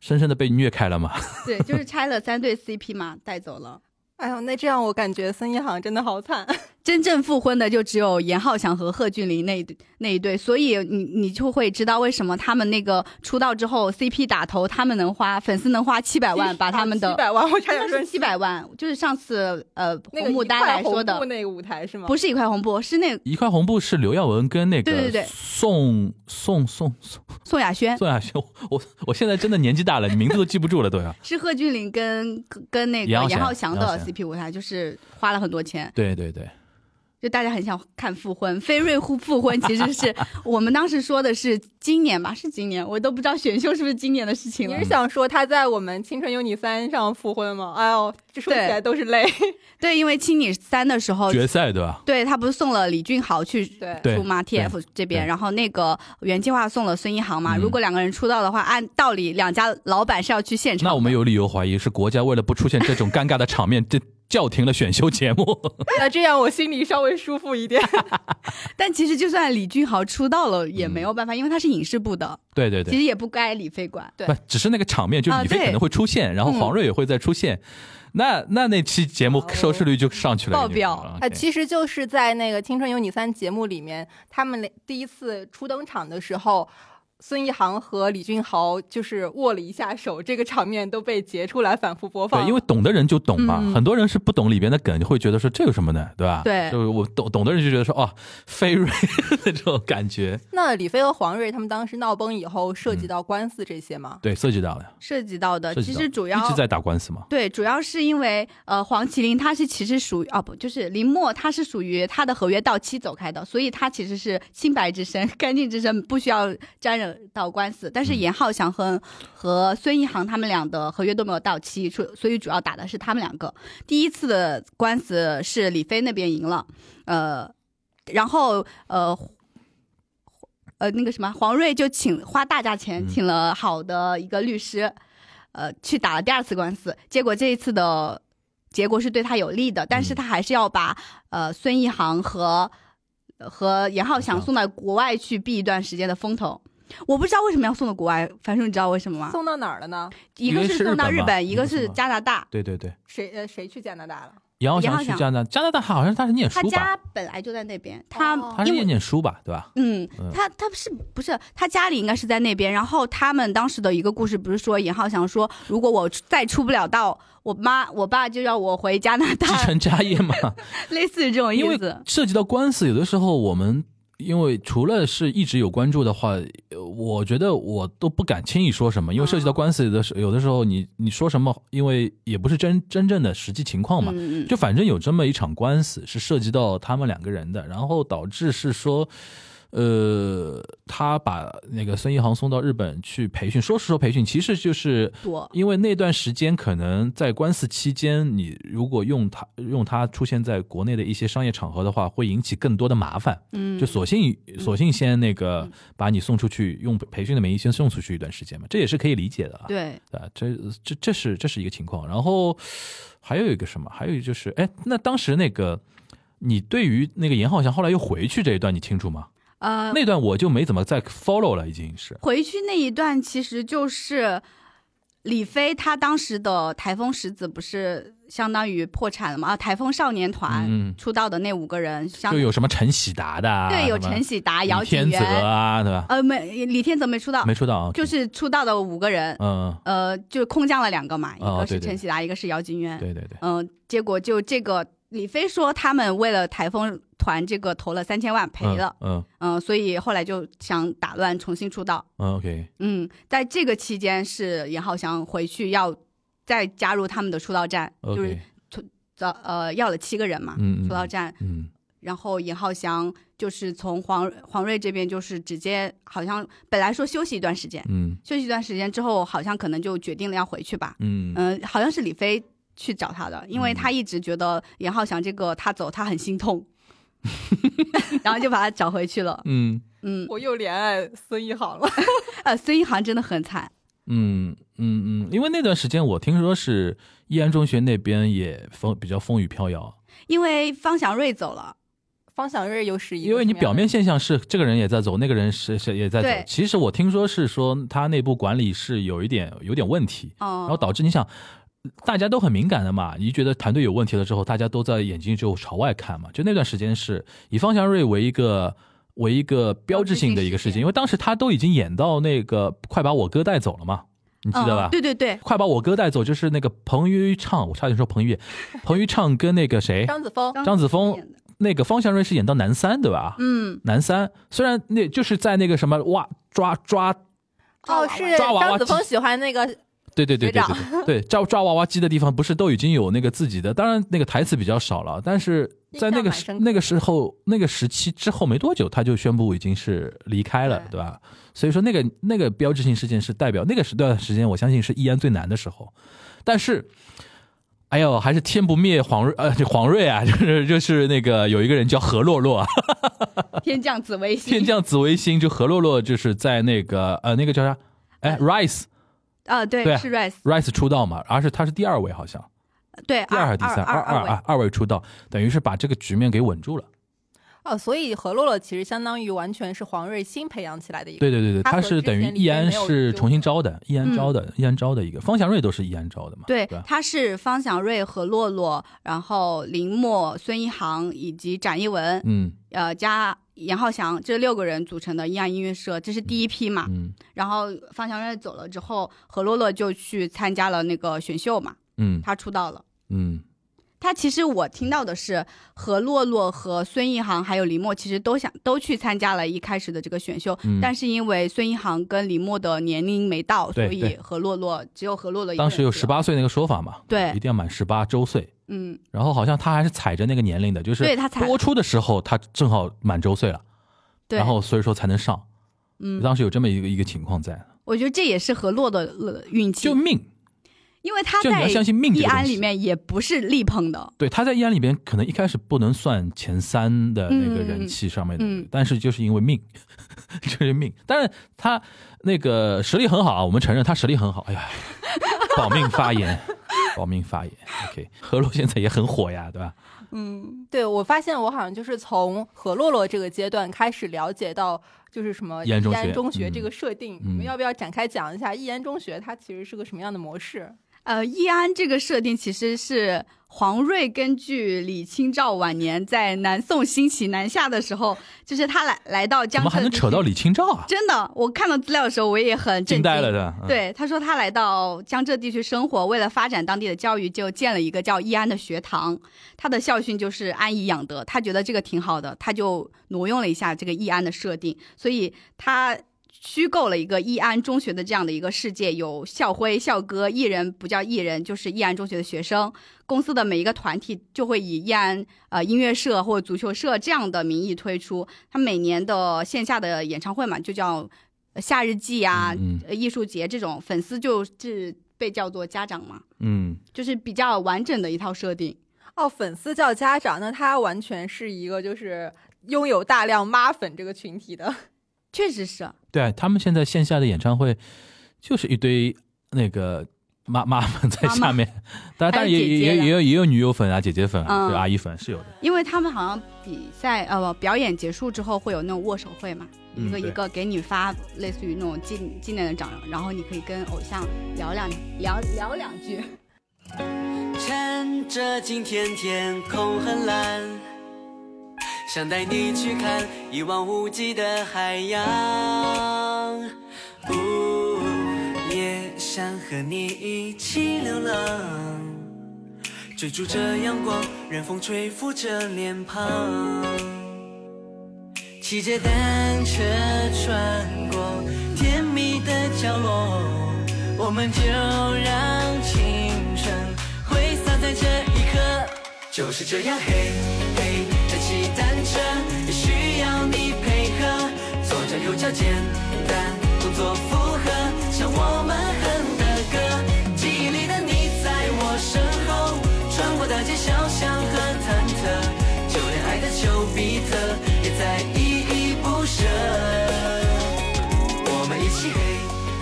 C: 深深的被虐开了嘛。
A: 对，就是拆了三对 CP 嘛，带走了。
B: 哎呦，那这样我感觉孙一航真的好惨。
A: 真正复婚的就只有严浩翔和贺峻霖那一对那一对，所以你你就会知道为什么他们那个出道之后 CP 打头，他们能花粉丝能花七百 万把他们
B: 七
A: 的
B: 百万，我差
A: 应该
B: 点
A: 是
B: 说
A: 七百万，就是上次呃
B: 那
A: 红
B: 个
A: 牡丹来说
B: 一块红
A: 的
B: 布，那个舞台是吗？
A: 不是一块红布，是那
C: 一块红布是刘耀文跟那
A: 对对对哎
C: 个宋宋宋宋
A: 宋亚轩，
C: 宋亚轩，我 我我现在真的年纪大了，你名字都记不住 了，对啊，
A: 是贺峻霖跟跟跟那个
C: 严浩
A: 严
C: 翔
A: 浩翔
C: 严浩
A: 的
C: 翔
A: CP 舞台，就是花了很多钱。
C: 对对对，
A: 就大家很想看复婚，飞瑞复复婚其实 是我们当时说的是今年吧，是今年，我都不知道选秀是不是今年的事情
B: 你
A: 了
B: 是。想说他在我们《青春有你三》上复婚吗？哎呦，这说起来都是泪。
A: 对，因为青你三的时候，
C: 决赛对吧？
A: 对他不是送了李俊豪去
B: 对
C: 对
A: 出吗
C: 对
A: ？TF 这边，
C: 对
A: 然后那个原计划送了孙一航嘛。
C: 嗯
A: 如果两个人出道的话，按道理两家老板是要去现场的。
C: 那我们有理由怀疑是国家为了不出现这种尴尬的场面，这叫停了选秀节目。
B: 那这样我心里稍微舒服一 点。
A: 但其实就算李俊豪出道了，也没有办法，因为他是影视部的，
C: 对嗯对对
A: 其，实也不该李飞管。
B: 对
C: 不，只是那个场面，就
A: 啊
C: 李飞
A: 对
C: 可能会出现，然后
A: 嗯
C: 黄睿也会再出现，那那那期节目
B: 哦
C: 收视率就上去了，
A: 爆表
C: 啊
B: 啊，其实就是在那个《青春有你三》节目里面，他们第一次初登场的时候，孙一航和李俊豪就是握了一下手，这个场面都被截出来反复播放。
C: 对，因为懂的人就懂嘛，
A: 嗯
C: 很多人是不懂里边的梗，会觉得说这有什么呢，对吧？
A: 对
C: 就是我懂懂的人就觉得说哦，飞瑞那种感觉，
B: 那李飞和黄睿他们当时闹崩以后，涉
C: 嗯
B: 及到官司这些吗？
C: 对，涉及到了，
A: 涉及到的，
C: 涉
A: 其
C: 及到
A: 实主要
C: 一直在打官司嘛。
A: 对，主要是因为呃，黄麒麟他是其实属于啊不，就是林默他是属于他的合约到期走开的，所以他其实是清白之身、 干净之身，不需要沾惹到官司。但是严浩翔和、和孙一航他们俩的合约都没有到期，所所以主要打的是他们两个。第一次的官司是李飞那边赢了，呃，然后呃。呃，那个什么，黄睿就请花大价钱
C: 嗯
A: 请了好的一个律师，呃，去打了第二次官司，结果这一次的结果是对他有利的，但是他还是要把呃孙一航和和严浩翔
C: 好的
A: 送到国外去避一段时间的风头。我不知道为什么要送到国外，樊叔你知道为什么吗？
B: 送到哪儿了呢？
A: 一个
C: 一个是
A: 送到
C: 日本
A: 日
C: 嘛
A: 本，一个
C: 一个是
A: 是
C: 吗
A: 加拿大。
C: 对对对，
B: 谁呃谁去加拿大了？
C: 杨
A: 杨
C: 翱
A: 翱
C: 翔去
A: 翔
C: 加拿大，加拿大好像他是念
A: 他
C: 书吧？
A: 家本来就在那边，他
B: 哦
C: 他是
A: 因为
C: 念念书吧，对吧？
A: 嗯
C: 嗯，
A: 他他是不是他家里应该是在那边？然后他们当时的一个故事不是说严浩翔说，如果我再出不了道，我妈我爸就要我回加拿
C: 继
A: 大，
C: 承家业嘛，
A: 类似于这种
C: 因
A: 意
C: 为
A: 思。
C: 涉及到官司，有的时候我们因为除了是一直有关注的话，呃我觉得我都不敢轻易说什么，因为涉及
A: 啊
C: 到官司有的时有的时候你你说什么，因为也不是真真正的实际情况嘛。
A: 嗯嗯，
C: 就反正有这么一场官司是涉及到他们两个人的，然后导致是说，呃，他把那个孙一航送到日本去培训。说是说培训，其实就是
A: 多
C: 因为那段时间可能在官司期间，你如果用它用它出现在国内的一些商业场合的话，会引起更多的麻烦。
A: 嗯
C: 就索性索性先那个把你送出去，用培训的名义先送出去一段时间嘛，这也是可以理解的啊。
A: 对，
C: 啊，这这这是这是一个情况。然后还有一个什么？还有就是，哎，那当时那个你对于那个严浩翔后来又回去这一段，你清楚吗？
A: 呃，
C: 那段我就没怎么再 follow 了，已经是。
A: 回去那一段其实就是李飞他当时的台风石子不是相当于破产了嘛？啊，台风少年
C: 嗯
A: 团出道的那五个人，相
C: 就有什么陈喜达的、啊，
A: 对有
C: 什么
A: 陈喜达、
C: 李
A: 姚景
C: 天泽
A: 元，
C: 啊，对吧？
A: 呃，没李天泽没出道，
C: 没出道啊，
A: 就
C: OK
A: 是出道的五个人，
C: 嗯，
A: 呃，就空降了两个嘛，一
C: 哦
A: 个是
C: 对对
A: 陈喜达，一个是姚景元。
C: 对对对，
A: 嗯，结果就这个李飞说他们为了台风团这个投了三千万赔了，
C: 嗯，嗯
A: 嗯，所以后来就想打乱重新出道。
C: 嗯，OK，
A: 嗯，在这个期间是严浩翔回去要再加入他们的出道战，就是啊
C: OK，
A: 找呃要了七个人嘛，
C: 嗯嗯
A: 出道战。
C: 嗯，
A: 然后严浩翔就是从黄黄睿这边就是直接好像本来说休息一段时间，
C: 嗯
A: 休息一段时间之后好像可能就决定了要回去吧。
C: 嗯嗯，
A: 嗯，好像是李飞去找他的，因为他一直觉得严浩翔这个他走他很心痛，然后就把他找回去了。
C: 嗯
A: 嗯，
B: 我又怜爱孙一航了。
A: 呃，孙一航真的很惨，
C: 嗯嗯嗯，因为那段时间我听说是易安中学那边也风比较风雨飘摇，
A: 因为方祥瑞走了，
B: 方小瑞又是一个
C: 因为你
B: 什么样
C: 表
B: 的
C: 面现象是这个人也在走，那个人是是也在走
A: 对。
C: 其实我听说是说他内部管理是有一点有点问题，然后
A: 哦、
C: 导致你想。大家都很敏感的嘛，你觉得团队有问题了之后，大家都在眼睛就朝外看嘛。就那段时间是以方祥瑞为一个为一个标志性的一个
A: 标志性事
C: 事情，
A: 件
C: 因为当时他都已经演到那个快把我哥带走了嘛，你记得吧？
A: 嗯对对对，
C: 快把我哥带走，就是那个彭昱畅，我差点说彭昱，彭昱畅跟那个谁，
B: 张子枫
C: 张子
A: 枫
C: 枫，那个方向瑞是演到南三对吧？
A: 嗯，
C: 南三虽然那就是在那个什么哇抓抓，
B: 哦，是
C: 抓娃
B: 张
C: 娃
B: 子枫喜欢那个
C: 对对对对
B: 学
C: 对对对，抓抓娃娃机的地方不是都已经有那个自己的，当然那个台词比较少了，但是在那个
B: 印象蛮深刻
C: 那个时候那个时期之后没多久，他就宣布已经是离开了，对吧？所以说那个那个标志性事件是代表那个时段时间，我相信是易安最难的时候，但是。哎呦，还是天不灭黄瑞，呃，这黄瑞啊， 就是就是那个有一个人叫何 洛洛啊，
A: 天降紫微星，
C: 天
A: 降
C: 降紫微星，就何洛洛就是在那个呃那个叫啥？哎，Rice
A: 啊，对，
C: 对
A: 是 Rice，
C: Rice 出道嘛，而是他是第二位好像，
A: 对，
C: 第二还
A: 二
C: 是第三？
A: 二
C: 二
A: 二位
C: 二二位出道，等于是把这个局面给稳住了。
B: 哦，所以何洛洛其实相当于完全是黄睿新培养起来的一个。
C: 对对对对，
B: 他和
C: 他是等于易安是重新招的，易
A: 嗯
C: 安招的，易安招的一个，方祥瑞都是易安招的嘛，
A: 对
C: 对吧，
A: 他是方祥瑞、何洛洛，然后林默、孙一航以及展一文，
C: 嗯
A: 呃，加严浩翔这六个人组成的阴阳音乐社，这是第一批嘛。
C: 嗯
A: 然后方小瑞走了之后，何洛洛就去参加了那个选秀嘛，
C: 嗯
A: 他出道了。
C: 嗯
A: 他其实我听到的是何洛洛和孙一航还有李默，其实都想都去参加了一开始的这个选秀，
C: 嗯，
A: 但是因为孙一航跟李默的年龄没到，所
C: 对
A: 以
C: 对
A: 何洛洛只有何洛洛一个人
C: 当时有
A: 去
C: 十
A: 了，
C: 八岁那个说法嘛，
A: 对
C: 一定要满十八周岁。
A: 嗯，
C: 然后好像他还是踩着那个年龄的，就是
A: 对他踩
C: 播出的时候他正好满周岁了，
A: 对，
C: 然后所以说才能上。
A: 嗯，
C: 当时有这么一个一个情况在，
A: 我觉得这也是何洛的呃运气
C: 就，命，
A: 因为他
C: 就你
A: 在
C: 要相信命这
A: 易
C: 个东
A: 安里
C: 西。
A: 面也不是力捧的，
C: 对，他在易安里边可能一开始不能算前三的那个人气上面的，
A: 嗯嗯嗯
C: 但是就是因为命， 就是命。但是他那个实力很好啊，我们承认他实力很好。哎呀，保命发言，保命发言。OK，何洛现在也很火呀，对吧？
A: 嗯，
B: 对我发现我好像就是从何洛洛这个阶段开始了解到，就是什么
C: 易安中
B: 易安
C: 学
B: 中学这
C: 嗯
B: 个设定。
C: 嗯
B: 你们要不要展开讲一下易安中学它其实是个什么样的模式？
A: 呃，易安这个设定其实是黄睿根据李清照晚年在南宋兴起南下的时候，就是他来来到
C: 怎
A: 江
C: 么
A: 浙，
C: 还能扯到？李清照啊？
A: 真的，我看到资料的时候我也很震
C: 惊
A: 惊
C: 呆了的。嗯，
A: 对，他说他来到江浙地区生活，为了发展当地的教育，就建了一个叫易安的学堂。他的校训就是“安以养德”，他觉得这个挺好的，他就挪用了一下这个易安的设定，所以他虚构了一个易安中学的这样的一个世界，有校徽、校歌，艺人不叫艺人，就是易安中学的学生。公司的每一个团体就会以易安呃音乐社或足球社这样的名义推出，他每年的线下的演唱会嘛，就叫。呃夏日祭啊，
C: 嗯
A: 呃艺术节这种，粉丝就是被叫做家长嘛，
C: 嗯，
A: 就是比较完整的一套设定。
B: 哦，粉丝叫家长，那它完全是一个就是拥有大量妈粉这个群体的。
A: 确实是，
C: 对啊他们现在线下的演唱会就是一堆那个妈妈们在
A: 妈妈
C: 下面，当然当
A: 还有
C: 然也
A: 姐姐
C: 也
A: 啦
C: 也有也有女友粉啊、姐姐粉
A: 嗯
C: 啊、对阿姨粉是有的。
A: 因为他们好像比赛呃表演结束之后会有那种握手会嘛，
C: 嗯
A: 一个
C: 对
A: 一个给你发类似于那种纪纪念的奖，然后你可以跟偶像聊两聊聊两句。
E: 趁着今天天空很蓝，想带你去看一望无际的海洋。哦，也想和你一起流浪，追逐着阳光，任风吹拂着脸庞。骑着单车穿过甜蜜的角落，我们就让青春挥洒在这一刻。就是这样，嘿嘿，在骑单车也需要你配合，左脚右脚简单动作符合，像我们哼的歌。记忆里的你在我身后，穿过大街小巷和忐忑，就连爱的丘比特也在依依不舍。我们一起嘿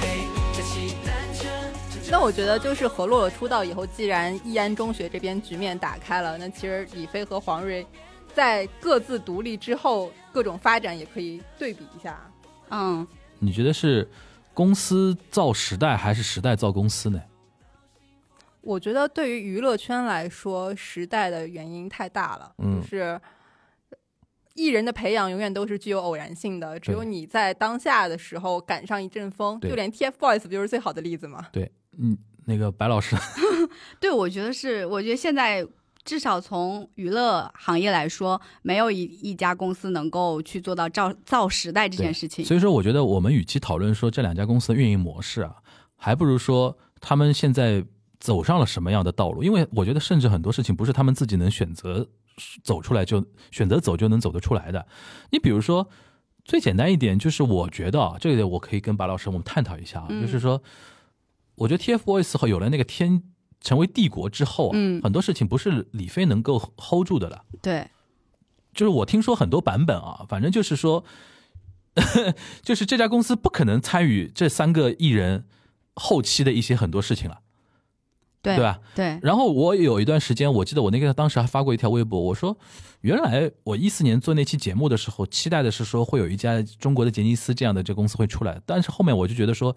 E: 嘿，在骑单车。乘着
B: 那我觉得就是何洛洛出道以后，既然易安中学这边局面打开了，那其实李飞和黄睿在各自独立之后，各种发展也可以对比一下。
A: 嗯，
C: 你觉得是公司造时代，还是时代造公司呢？
B: 我觉得对于娱乐圈来说，时代的原因太大了，
C: 嗯
B: 就是艺人的培养永远都是具有偶然性的，只有
C: 对
B: 你在当下的时候赶上一阵风，
C: 对
B: 就连 TFBOYS 不就是最好的例子吗？
C: 对，嗯，那个白老师，
A: 对，我觉得是，我觉得现在至少从娱乐行业来说，没有一一家公司能够去做到造造时代这件事情。
C: 所以说我觉得我们与其讨论说这两家公司的运营模式啊，还不如说他们现在走上了什么样的道路，因为我觉得甚至很多事情不是他们自己能选择走出来就选择走就能走得出来的。你比如说。最简单一点就是，我觉得啊，这个我可以跟白老师我们探讨一下啊，
A: 嗯
C: 就是说，我觉得 TFBOYS 和有了那个天成为帝国之后啊，
A: 嗯
C: 很多事情不是李飞能够 hold 住的了。
A: 对，
C: 就是我听说很多版本啊，反正就是说， 就是这家公司不可能参与这三个艺人后期的一些很多事情了，
A: 对，
C: 对吧？
A: 对，
C: 然后我有一段时间，我记得我那个当时还发过一条微博，我说原来我一四年做那期节目的时候，期待的是说会有一家中国的杰尼斯这样的这公司会出来，但是后面我就觉得说，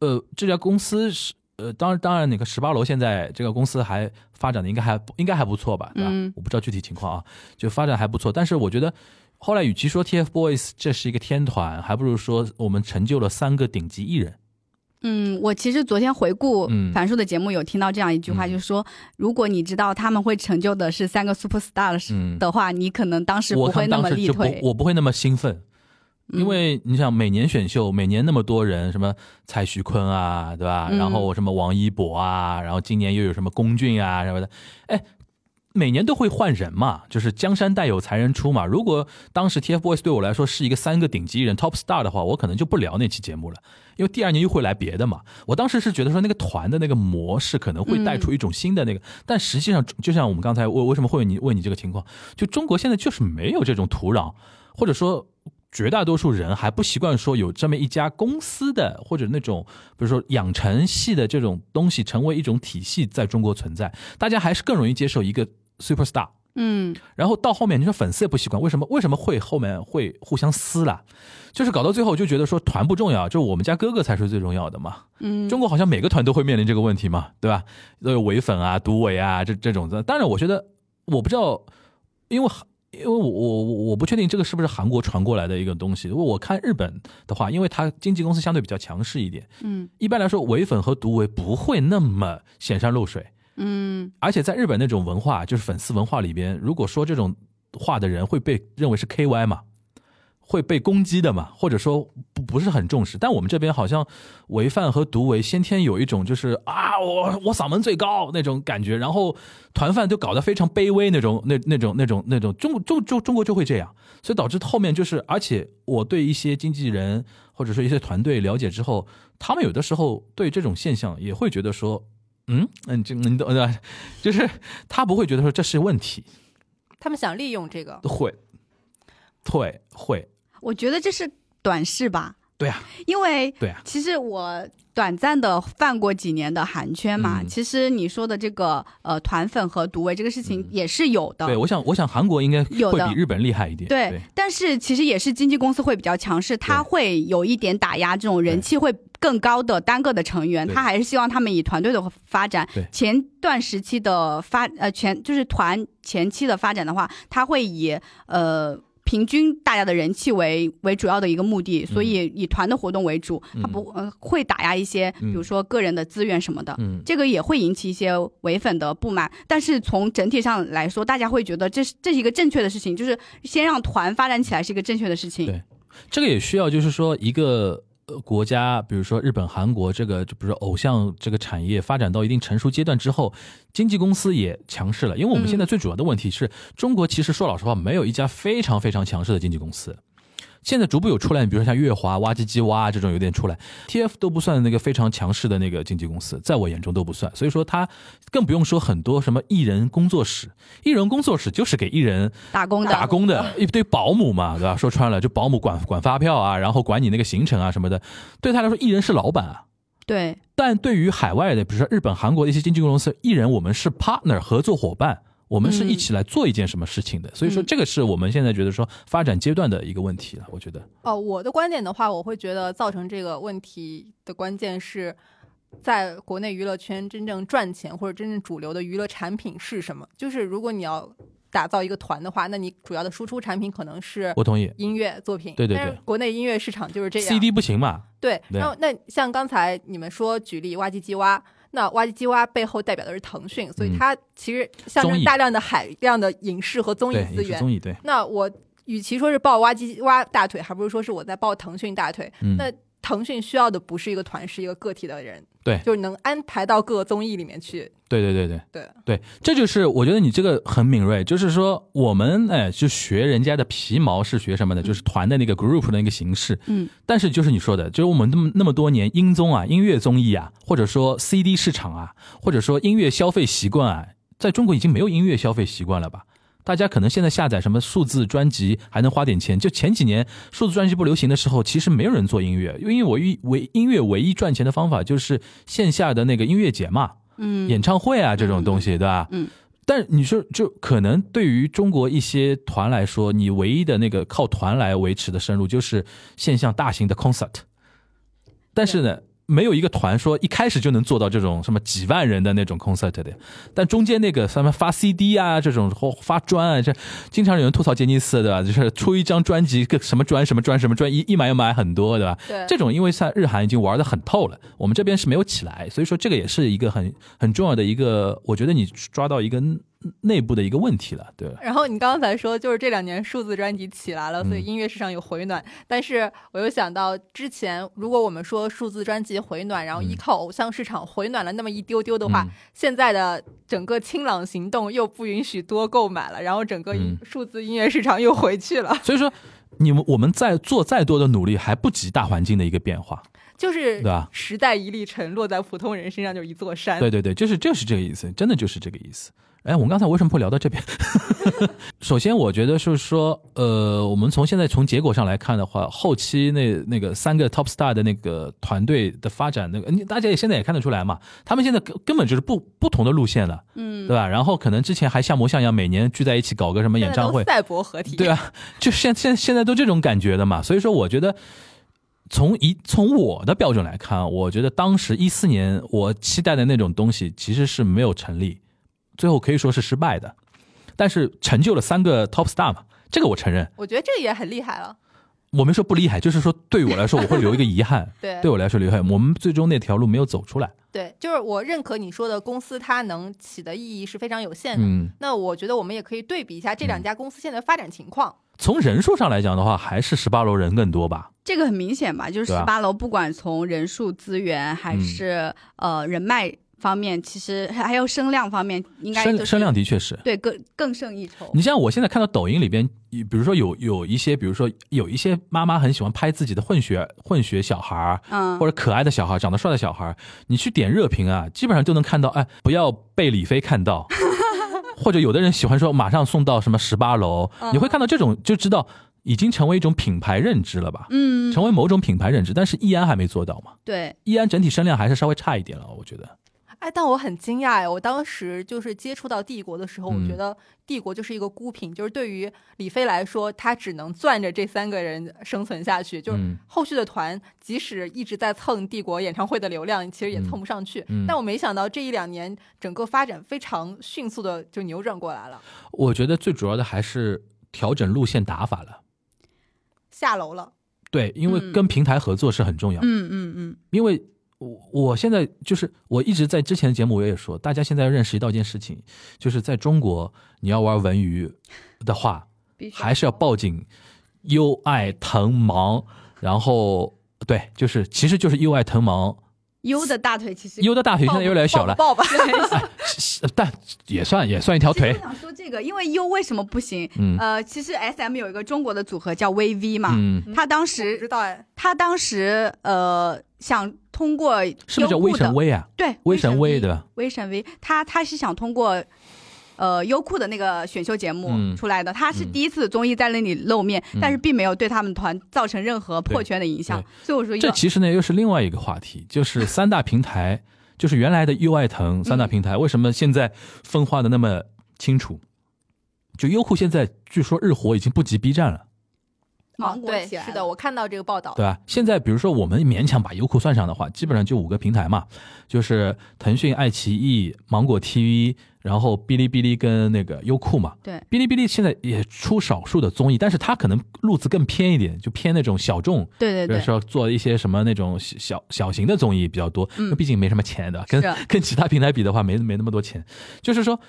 C: 呃，这家公司是。呃，当然，当然，那个十八楼现在这个公司还发展的应该还不应该还不错吧，对吧？
A: 嗯
C: 我不知道具体情况啊，就发展还不错，但是我觉得后来与其说 TFBOYS 这是一个天团，还不如说我们成就了三个顶级艺人。
A: 嗯，我其实昨天回顾
C: 嗯
A: 樊叔的节目，有听到这样一句话，
C: 嗯
A: 就是说，如果你知道他们会成就的是三个 super star 的事
C: 嗯
A: 的话，你可能当时
C: 我
A: 不会
C: 看
A: 那
C: 当
A: 么
C: 时
A: 力
C: 就不
A: 推，。嗯
C: 我不会那么兴奋，因为你想每年选秀，每年那么多人，什么蔡徐坤啊，对吧？
A: 嗯
C: 然后什么王一博啊，然后今年又有什么龚俊啊什么的，哎。每年都会换人嘛，就是江山代有才人出嘛。如果当时 TFBOYS 对我来说是一个三个顶级艺人 Top Star 的话，我可能就不聊那期节目了，因为第二年又会来别的嘛。我当时是觉得说那个团的那个模式可能会带出一种新的那个，但实际上就像我们刚才我为什么会问你问你这个情况，就中国现在就是没有这种土壤，或者说绝大多数人还不习惯说有这么一家公司的或者那种，比如说养成系的这种东西成为一种体系在中国存在，大家还是更容易接受一个 super star。
A: 嗯，
C: 然后到后面，你说粉丝也不习惯，为什么？为什么会后面会互相撕啦？就是搞到最后就觉得说团不重要，就我们家哥哥才是最重要的嘛。嗯，中国好像每个团都会面临这个问题嘛，对吧？都有伪粉啊、独伪啊这这种的。当然，我觉得我不知道，因为韩因为我我我我不确定这个是不是韩国传过来的一个东西。如果我看日本的话，因为它经纪公司相对比较强势一点，
A: 嗯，
C: 一般来说伪粉和独伪不会那么显山露水。
A: 嗯，
C: 而且在日本那种文化，就是粉丝文化里边，如果说这种话的人会被认为是 K Y 嘛，会被攻击的嘛，或者说不不是很重视。但我们这边好像违犯和独违先天有一种就是啊，我我嗓门最高那种感觉，然后团饭就搞得非常卑微那种那那种那种那种中中中中国就会这样，所以导致后面就是，而且我对一些经纪人或者说一些团队了解之后，他们有的时候对这种现象也会觉得说。嗯，嗯，这你懂对吧？就是他不会觉得说这是问题，
B: 他们想利用这个，
C: 会，会，会，
A: 我觉得这是短视吧，
C: 对啊，
A: 因为
C: 对啊，
A: 其实我短暂的犯过几年的韩圈嘛，
C: 嗯
A: 其实你说的这个呃团粉和独唯这个事
C: 嗯
A: 情也是有的，
C: 对我想，我想韩国应该
A: 有的
C: 会比日本厉害一点，
A: 对，但是其实也是经纪公司会比较强势，他会有一点打压这种人气会更高的单个的成员，
C: 对
A: 他还是希望他们以团队的发展
C: 对。
A: 前段时期的发呃前就是团前期的发展的话，他会以呃。平均大家的人气为为主要的一个目的，所
C: 嗯
A: 以以团的活动为主，他不呃会打压一些，比如说个人的资源什么的。
C: 嗯，
A: 这个也会引起一些伪粉的不满，但是从整体上来说，大家会觉得这是这是一个正确的事情，就是先让团发展起来是一个正确的事情。
C: 对这个也需要，就是说一个呃国家，比如说日本、韩国这个，就比如说偶像这个产业发展到一定成熟阶段之后，经纪公司也强势了。因为我们现在最主要的问题是、中国，其实说老实话，没有一家非常非常强势的经纪公司。现在逐步有出来，比如说像月华、挖机机挖这种有点出来，TF 都不算那个非常强势的那个经纪公司，在我眼中都不算。所以说它更不用说很多什么艺人工作室，艺人工作室就是给艺人
A: 打工的，
C: 打 工的一堆保姆嘛，对吧？说穿了，就保姆管管发票啊，然后管你那个行程啊什么的。对他来说，艺人是老板啊。
A: 对，
C: 但对于海外的，比如说日本、韩国的一些经纪公司，艺人我们是 partner 合作伙伴，我们是一起来做一件什么事情的。
B: 嗯
C: 所以说，这个是我们现在觉得说发展阶段的一个问题了。我觉得，
B: 哦，我的观点的话，我会觉得造成这个问题的关键是，在国内娱乐圈真正赚钱或者真正主流的娱乐产品是什么？就是如果你要打造一个团的话，那你主要的输出产品可能是
C: 我同意
B: 音乐作品。
C: 对对
B: 但是
C: 对
B: 国内音乐市场就是这样。
C: ，CD 不行嘛，
B: 对，
C: 对
B: 然后那像刚才你们说举例挖机机挖，那挖机机挖背后代表的是腾讯，所以
C: 嗯
B: 它其实象
C: 综
B: 征
C: 艺
B: 大量的海量的影视和综艺
C: 对，
B: 资
C: 影视
B: 源。
C: 综艺对，
B: 那我与其说是抱挖机挖大腿，还不如说是我在抱腾讯大腿。
C: 嗯
B: 那腾讯需要的不是一个团，是一个个体的人，
C: 对
B: 就是能安排到各个综艺里面去。
C: 对对对对
B: 对
C: 对，这就是我觉得你这个很敏锐，就是说我们哎，就学人家的皮毛是学什么的，就是团的那个 group 的那个形式，
A: 嗯，
C: 但是就是你说的，就是我们那么那么多年音综啊、音乐综艺啊，或者说 CD 市场啊，或者说音乐消费习惯啊，在中国已经没有音乐消费习惯了吧？大家可能现在下载什么数字专辑还能花点钱，就前几年数字专辑不流行的时候，其实没有人做音乐，因为我一唯音乐唯一赚钱的方法就是线下的那个音乐节嘛，
A: 嗯，
C: 演唱会啊这种东西，对吧？
A: 嗯。
C: 但是你说，就可能对于中国一些团来说，你唯一的那个靠团来维持的生路，就是线下大型的 concert。但是呢，没有一个团说一开始就能做到这种什么几万人的那种 concert 的，但中间那个什么发 CD 啊，这种或发专啊，这经常有人吐槽杰尼斯，对吧？就是出一张专辑，个什么专什么专什么专，一一买要买很多，对吧？
B: 对
C: 这种因为在日韩已经玩的很透了，我们这边是没有起来，所以说这个也是一个很很重要的一个，我觉得你抓到一个内部的一个问题了，对吧？
B: 然后你刚才说，就是这两年数字专辑起来了，所以
C: 嗯
B: 音乐市场有回暖。但是我又想到之前，如果我们说数字专辑回暖，然后依靠偶像市场回暖了那么一丢丢的话，
C: 嗯
B: 现在的整个清朗行动又不允许多购买了，然后整个
C: 嗯
B: 音数字音乐市场又回去了。
C: 所以说你们我们再做再多的努力，还不及大环境的一个变化。
B: 就是
C: 对啊
B: 时代一粒尘，落在普通人身上就是一座山。
C: 对对对，就是就是这个意思，真的就是这个意思。哎，我们刚才为什么会聊到这边？ 首先，我觉得是说，呃，我们从现在从结果上来看的话，后期那那个三个 top star 的那个团队的发展，那个你大家也现在也看得出来嘛，他们现在根根本就是不不同的路线了，嗯，对吧？然后可能之前还像模像样，每年聚在一起搞个什么
B: 现
C: 演
B: 在
C: 唱
B: 都
C: 会，
B: 赛博合体。
C: 对啊，就现现现在都这种感觉的嘛，所以说我觉得。从一从我的标准来看，啊我觉得当时一四年我期待的那种东西其实是没有成立，最后可以说是失败的，但是成就了三个 top star 嘛，这个我承认，
B: 我觉得这个也很厉害了。，
C: 我没说不厉害，就是说对我来说我会留一个遗憾
B: 对
C: 对我来说留遗憾，我们最终那条路没有走出来，
B: 对，就是我认可你说的，公司它能起的意义是非常有限的。
C: 嗯，
B: 那我觉得我们也可以对比一下这两家公司现在的发展情况。
C: 从人数上来讲的话，还是十八楼人更多吧，
A: 这个很明显吧，就是十
C: 对啊
A: 八楼，不管从人数、资源还是、
C: 嗯
A: 呃人脉方面，其实还还有声量方面，应该、就是、
C: 声声量的确是，
A: 对更更胜一筹。
C: 你像我现在看到抖音里边，比如说有有一些，比如说有一些妈妈很喜欢拍自己的混血混血小孩儿，
A: 嗯
C: 或，者可爱的小孩儿，长得帅的小孩儿，你去点热评啊，基本上就能看到，哎，不要被李飞看到， 或者有的人喜欢说马上送到什么十八楼，你会看到这种就知道已经成为一种品牌认知了吧，
A: 嗯，
C: 成为某种品牌认知，但是易安还没做到嘛，
A: 对，
C: 易安整体声量还是稍微差一点了，我觉得，
B: 哎，但我很惊讶哎，我当时就是接触到帝国的时候，
C: 嗯
B: 我觉得帝国就是一个孤品，就是对于李飞来说，他只能攥着这三个人生存下去，就是
C: 嗯
B: 后续的团即使一直在蹭帝国演唱会的流量，其实也
C: 嗯
B: 蹭不上去。
C: 嗯
B: 但我没想到这一两年整个发展非常迅速的就扭转过来了，
C: 我觉得最主要的还是调整路线打法了。
B: 下楼了。
C: 对，因为跟平台合作是很重要的。
A: 嗯嗯嗯，
C: 因为我我现在就是我一直在之前的节目我也说，大家现在认识到一件事情，就是在中国你要玩文娱的话，
A: 必须
C: 还是要抱紧优爱腾芒，然后对，就是其实就是优爱腾芒，
A: 优的大腿其实
C: 优的大腿现在越来越小了，
B: 抱吧，抱吧
C: 但也算也算一条
A: 其实
C: 腿
A: 我，想说这个，因为 U 为什么不行？
C: 嗯
A: 呃，其实 S M 有一个中国的组合叫 V V 嘛，
C: 嗯，
A: 他当
B: 不知
A: 时
B: 道哎，
A: 他当时呃想通过
C: 是不是叫
A: 优酷
C: 微
A: 的
C: 神微啊？
A: 对
C: 微神微
A: 微
C: 对吧？
A: 微神微，他他是想通过。呃，优酷的那个选秀节目
C: 嗯
A: 出来的，他是
C: 嗯
A: 第一次综艺在那里露面，但是并没有对他们团造成任何破圈的影响
C: 对，
A: 所以我说
C: 这
A: 要
C: 其实呢又是另外一个话题，就是三大平台，就是原来的优爱腾三大平台，为什么现在分化的那么清楚？就优酷现在据说日活已经不及 B 站了，
A: 芒果
B: 对，
A: 起来了
B: 是的，我看到这个报道。
C: 对吧？现在比如说我们勉强把优酷算上的话，基本上就五个平台嘛，就是腾讯、爱奇艺、芒果 TV，然后哔哩哔哩跟那个优酷嘛。
A: 对
C: 哔哩哔哩现在也出少数的综艺，但是它可能路子更偏一点，就偏那种小众，
A: 对对
C: 比如
A: 对，
C: 说做一些什么那种小小小型的综艺比较多，
A: 嗯
C: 那毕竟没什么钱的，跟
A: 是
C: 跟其他平台比的话没没那么多钱。就是说，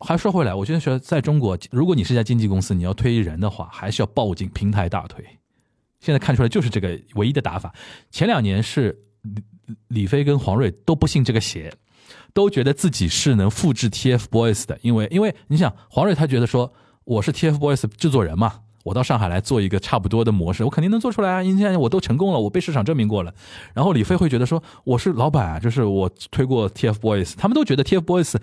C: 还说回来，我觉得说在中国，如果你是一家经纪公司，你要推人的话，还是要抱紧平台大腿。现在看出来就是这个唯一的打法。前两年是李李飞跟黄睿都不信这个邪，都觉得自己是能复制 TFBOYS 的，因为因为你想黄睿他觉得说我是 TFBOYS 制作人嘛，我到上海来做一个差不多的模式，我肯定能做出来啊！你现在我都成功了，我被市场证明过了。然后李飞会觉得说我是老板啊，就是我推过 TFBOYS，他们都觉得 TFBOYS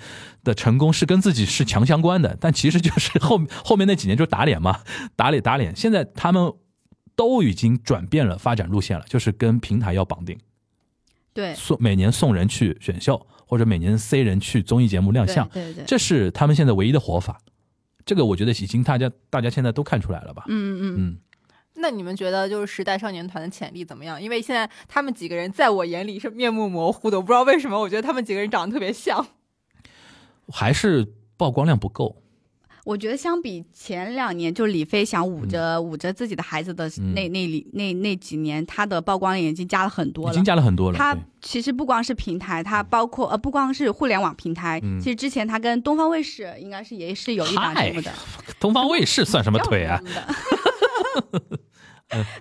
C: 的成功是跟自己是强相关的，但其实就是后后面那几年就是打脸嘛， 打脸打脸。现在他们都已经转变了发展路线了，就是跟平台要绑定。
A: 对
C: 送每年送人去选秀，或者每年塞人去综艺节目亮相，
A: 对对，
C: 这是他们现在唯一的活法。这个我觉得已经大家大家现在都看出来了吧？
A: 嗯嗯嗯，
C: 嗯，
B: 那你们觉得就是时代少年团的潜力怎么样？因为现在他们几个人在我眼里是面目模糊的，我不知道为什么，我觉得他们几个人长得特别像。
C: 还是曝光量不够。
A: 我觉得相比前两年，就李飞想捂着、捂着自己的孩子的
C: 嗯
A: 那那里那那几年，他的曝光也已经加了很多
C: 已
A: 了
C: 经。加了很多了。
A: 它
C: 对
A: 其实不光是平台，它包括呃不光是互联网平台，
C: 嗯
A: 其实之前它跟东方卫视应该是也是有一档节目的。
C: 东方卫视算什么腿啊？
A: 要不然的？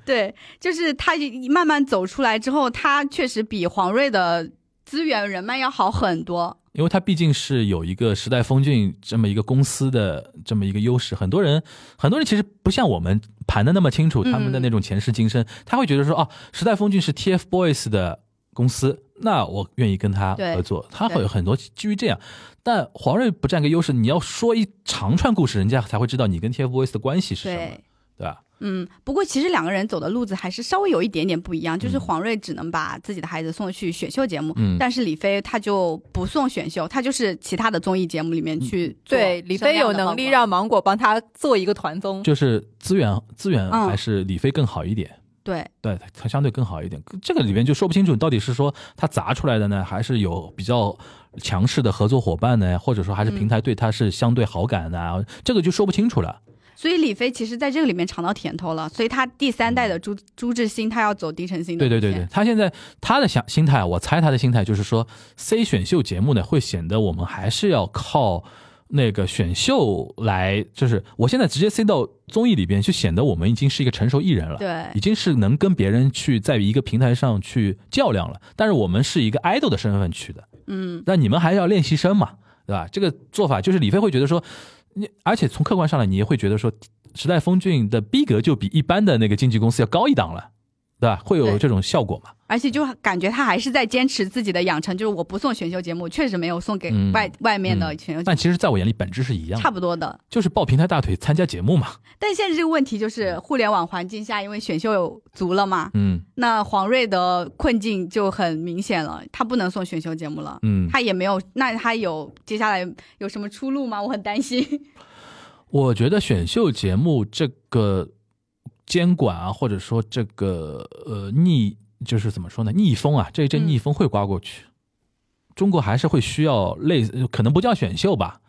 A: 对，就是他慢慢走出来之后，他确实比黄睿的资源人脉要好很多。
C: 因为它毕竟是有一个时代峰峻这么一个公司的这么一个优势，很多人很多人其实不像我们盘的那么清楚他
A: 嗯
C: 们的那种前世今生，他会觉得说哦，时代峰峻是 TFBOYS 的公司，那我愿意跟他
A: 对
C: 合作，他会
A: 对
C: 有很多基于这样。但黄睿不占个优势，你要说一长串故事，人家才会知道你跟 TFBOYS 的关系是什么，
A: 对，
C: 对吧？
A: 嗯，不过其实两个人走的路子还是稍微有一点点不一样，就是
C: 嗯
A: 黄睿只能把自己的孩子送去选秀节目，
C: 嗯
A: 但是李飞他就不送选秀，他就是其他的综艺节目里面
C: 嗯
A: 去做
B: 对，李
A: 声
B: 飞
A: 量
B: 有
A: 的曝
B: 能力
A: 光
B: 让芒果帮他做一个团综，
C: 就是资源资源
A: 嗯
C: 还是李飞更好一点。
A: 对
C: 对，它它相对更好一点。这个里面就说不清楚，到底是说它砸出来的呢，还是有比较强势的合作伙伴呢，或者说还是平台对它是相对好感的、啊这个就说不清楚了。
A: 所以李飞其实在这个里面尝到甜头了，所以他第三代的朱朱志鑫，他要走低沉型的
C: 对
A: 路
C: 对
A: 线。
C: 对对，他现在他的想心态，我猜他的心态就是说，C 选秀节目呢，会显得我们还是要靠那个选秀来，就是我现在直接塞到综艺里边，就显得我们已经是一个成熟艺人了。已
A: 对
C: 经是能跟别人去在一个平台上去较量了，但是我们是一个 idol 的身份去的，
A: 嗯，
C: 那你们还要练习生嘛，对吧？这个做法就是李飞会觉得说，你而且从客观上来，你也会觉得说，时代峰峻的逼格就比一般的那个经纪公司要高一档了，对吧？会有
A: 对
C: 这种效果嘛？
A: 而且就感觉他还是在坚持自己的养成，就是我不送选秀节目，确实没有送给
C: 嗯
A: 外、外面的选秀节目。
C: 但其实，在我眼里，本质是一样
A: 差
C: 的，
A: 不多的，
C: 就是抱平台大腿参加节目嘛。
A: 但现在这个问题就是互联网环境下，因为选秀有足了嘛，
C: 嗯
A: 那黄睿的困境就很明显了，他不能送选秀节目了，
C: 嗯，
A: 他也没有，那他有接下来有什么出路吗？我很担心。
C: 我觉得选秀节目这个监管啊，或者说这个呃逆，就是怎么说呢，逆风啊，这一阵
A: 嗯
C: 逆风会刮过去。中国还是会需要类似，可能不叫选秀吧。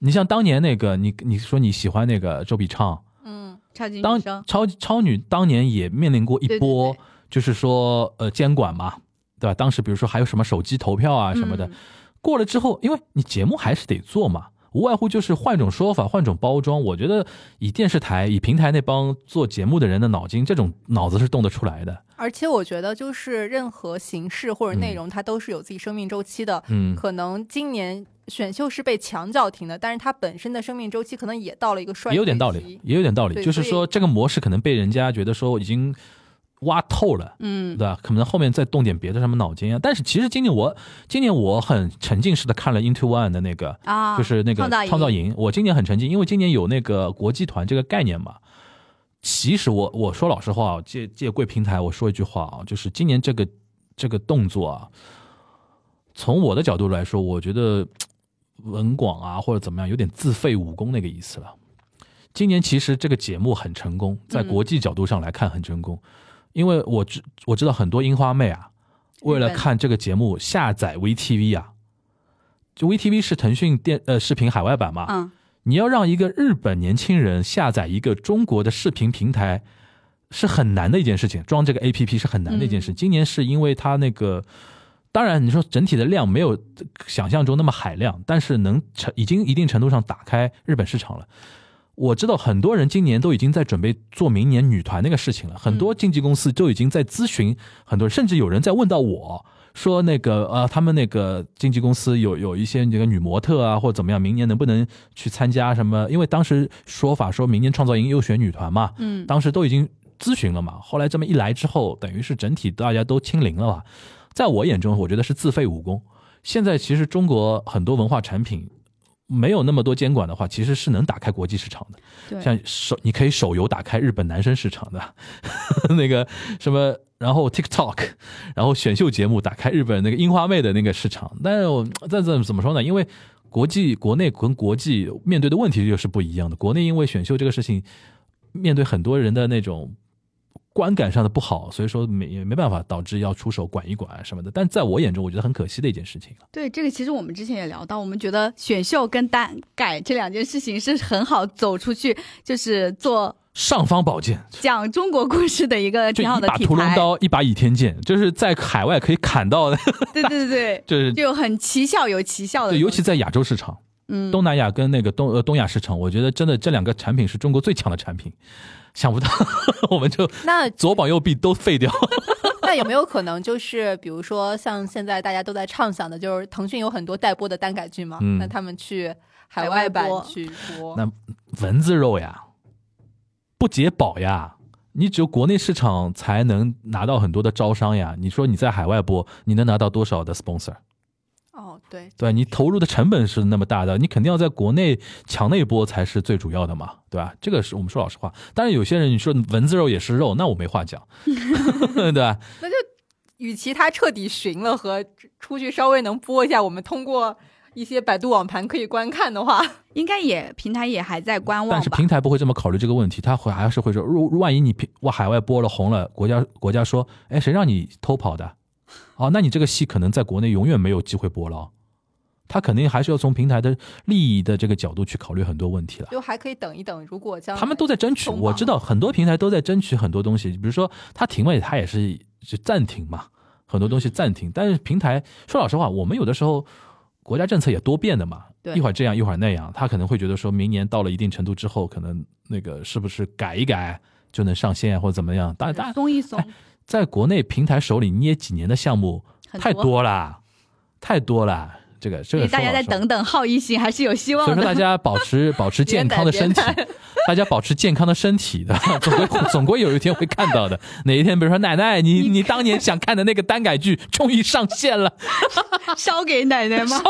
C: 你像当年那个，你你说你喜欢那个周笔畅，
B: 嗯，
A: 超级
C: 当
A: 女生，
C: 超超女当年也面临过一
A: 对对
C: 波
A: 对，
C: 就是说呃监管嘛，对吧？当时比如说还有什么手机投票啊什么的，
A: 嗯
C: 过了之后，因为你节目还是得做嘛，无外乎就是换种说法，换种包装。我觉得以电视台、以平台那帮做节目的人的脑筋，这种脑子是动得出来的。
B: 而且我觉得就是任何形式或者内容，它都是有自己生命周期的。
C: 嗯，
B: 可能今年选秀是被墙角停的，但是它本身的生命周期可能也到了一个衰退
C: 也
B: 期。
C: 有点道理，也有点道理。
B: 对
C: 就是
B: 所以
C: 说，这个模式可能被人家觉得说已经挖透了。
A: 嗯，
C: 对吧？可能后面再动点别的什么脑筋啊。但是其实今年我今年我很沉浸式的看了 Into One 的那个，
A: 啊，
C: 就是那个
A: 创造
C: 创造
A: 营
C: 营。我今年很沉浸，因为今年有那个国际团这个概念嘛。其实我我说老实话啊，借借贵平台我说一句话啊，就是今年这个这个动作啊，从我的角度来说，我觉得文广啊或者怎么样，有点自废武功那个意思了。今年其实这个节目很成功，在
A: 嗯
C: 国际角度上来看很成功，因为我知我知道很多樱花妹啊，为了
A: 日本
C: 看这个节目下载 VTV 啊，就 VTV 是腾讯电呃视频海外版嘛，
A: 嗯，
C: 你要让一个日本年轻人下载一个中国的视频平台，是很难的一件事情。装这个 APP 是很难的一件事。今年是因为它那个，当然你说整体的量没有想象中那么海量，但是能成已经一定程度上打开日本市场了。我知道很多人今年都已经在准备做明年女团那个事情了，很多经纪公司都已经在咨询很多人，甚至有人在问到我说那个呃，他们那个经纪公司有有一些这个女模特啊或者怎么样，明年能不能去参加什么？因为当时说法说明年创造营优选女团嘛，
A: 嗯
C: 当时都已经咨询了嘛，后来这么一来之后，等于是整体大家都清零了吧。在我眼中，我觉得是自废武功。现在其实中国很多文化产品没有那么多监管的话，其实是能打开国际市场的。
A: 对，
C: 像手，你可以手游打开日本男生市场的， 那个什么，然后 TikTok，然后选秀节目打开日本那个樱花妹的那个市场。但是我这怎怎么说呢？因为国际、国内跟国际面对的问题又是不一样的。国内因为选秀这个事情，面对很多人的那种观感上的不好，所以说没也没办法导致要出手管一管什么的。但在我眼中，我觉得很可惜的一件事情了。
A: 对，这个其实我们之前也聊到，我们觉得选秀跟单改这两件事情是很好走出去，就是 做
C: 尚方 宝剑
A: 讲中国故事的一个
C: 就
A: 挺好
C: 一
A: 的
C: 把
A: 题
C: 屠龙
A: 材。
C: 刀，一把倚天剑，就是在海外可以砍到的，
A: 对对对
C: 就
A: 对，
C: 是
A: 就很奇效有奇效的东
C: 对，
A: 西，
C: 尤其在亚洲市场，
A: 嗯
C: 东南亚跟那个东呃东亚市场，我觉得真的这两个产品是中国最强的产品，想不到 我们就
B: 那
C: 左膀右臂都废掉。
B: 那有没有可能就是，比如说像现在大家都在畅想的，就是腾讯有很多待播的单改剧嘛，
C: 嗯
B: 那他们去海
A: 海
B: 外
A: 外
B: 版
A: 播
B: 去播，
C: 那蚊子肉呀，不解饱呀，你只有国内市场才能拿到很多的招商呀。你说你在海外播，你能拿到多少的 sponsor？
B: 哦，对，
C: 对你投入的成本是那么大的，你肯定要在国内墙内播才是最主要的嘛，对吧？这个是我们说老实话。当然，有些人你说蚊子肉也是肉，那我没话讲， 对吧？
B: 与其他彻底寻了和出去稍微能播一下，我们通过一些百度网盘可以观看的话，
A: 应该也平台也还在观望
C: 但是
A: 吧。
C: 平台不会这么考虑这个问题，他会还是会说，如万一你平哇海外播了红了，国家国家说，哎，谁让你偷跑的？哦，那你这个戏可能在国内永远没有机会播了哦。他肯定还是要从平台的利益的这个角度去考虑很多问题了。
B: 就还可以等一等。如果将来
C: 他们都在争取，
B: 松绑
C: 我知道很多平台都在争取很多东西，比如说它停位，它也是就暂停嘛，很多东西暂
A: 嗯
C: 停。但是平台说老实话，我们有的时候国家政策也多变的嘛，
A: 对
C: 一会儿这样一会儿那样，他可能会觉得说明年到了一定程度之后，可能那个是不是改一改就能上线啊或者怎么样？当然，当然，
A: 松一松，
C: 在国内平台手里捏几年的项目
A: 很
C: 太多啦，太多啦。这个这
A: 所
C: 个
A: 以
C: 说
A: 大家
C: 老
A: 再
C: 实话
A: 等等，好一心还是有希
C: 所以
A: 望
C: 说，
A: 的。
C: 大家保持保持健康的身体
B: 别谈别，
C: 大家保持健康的身体的， 总归总归有一天会看到的。哪一天，比如说奶奶，你你当年想看的那个耽改剧终于上线了，
A: 烧给奶奶吗？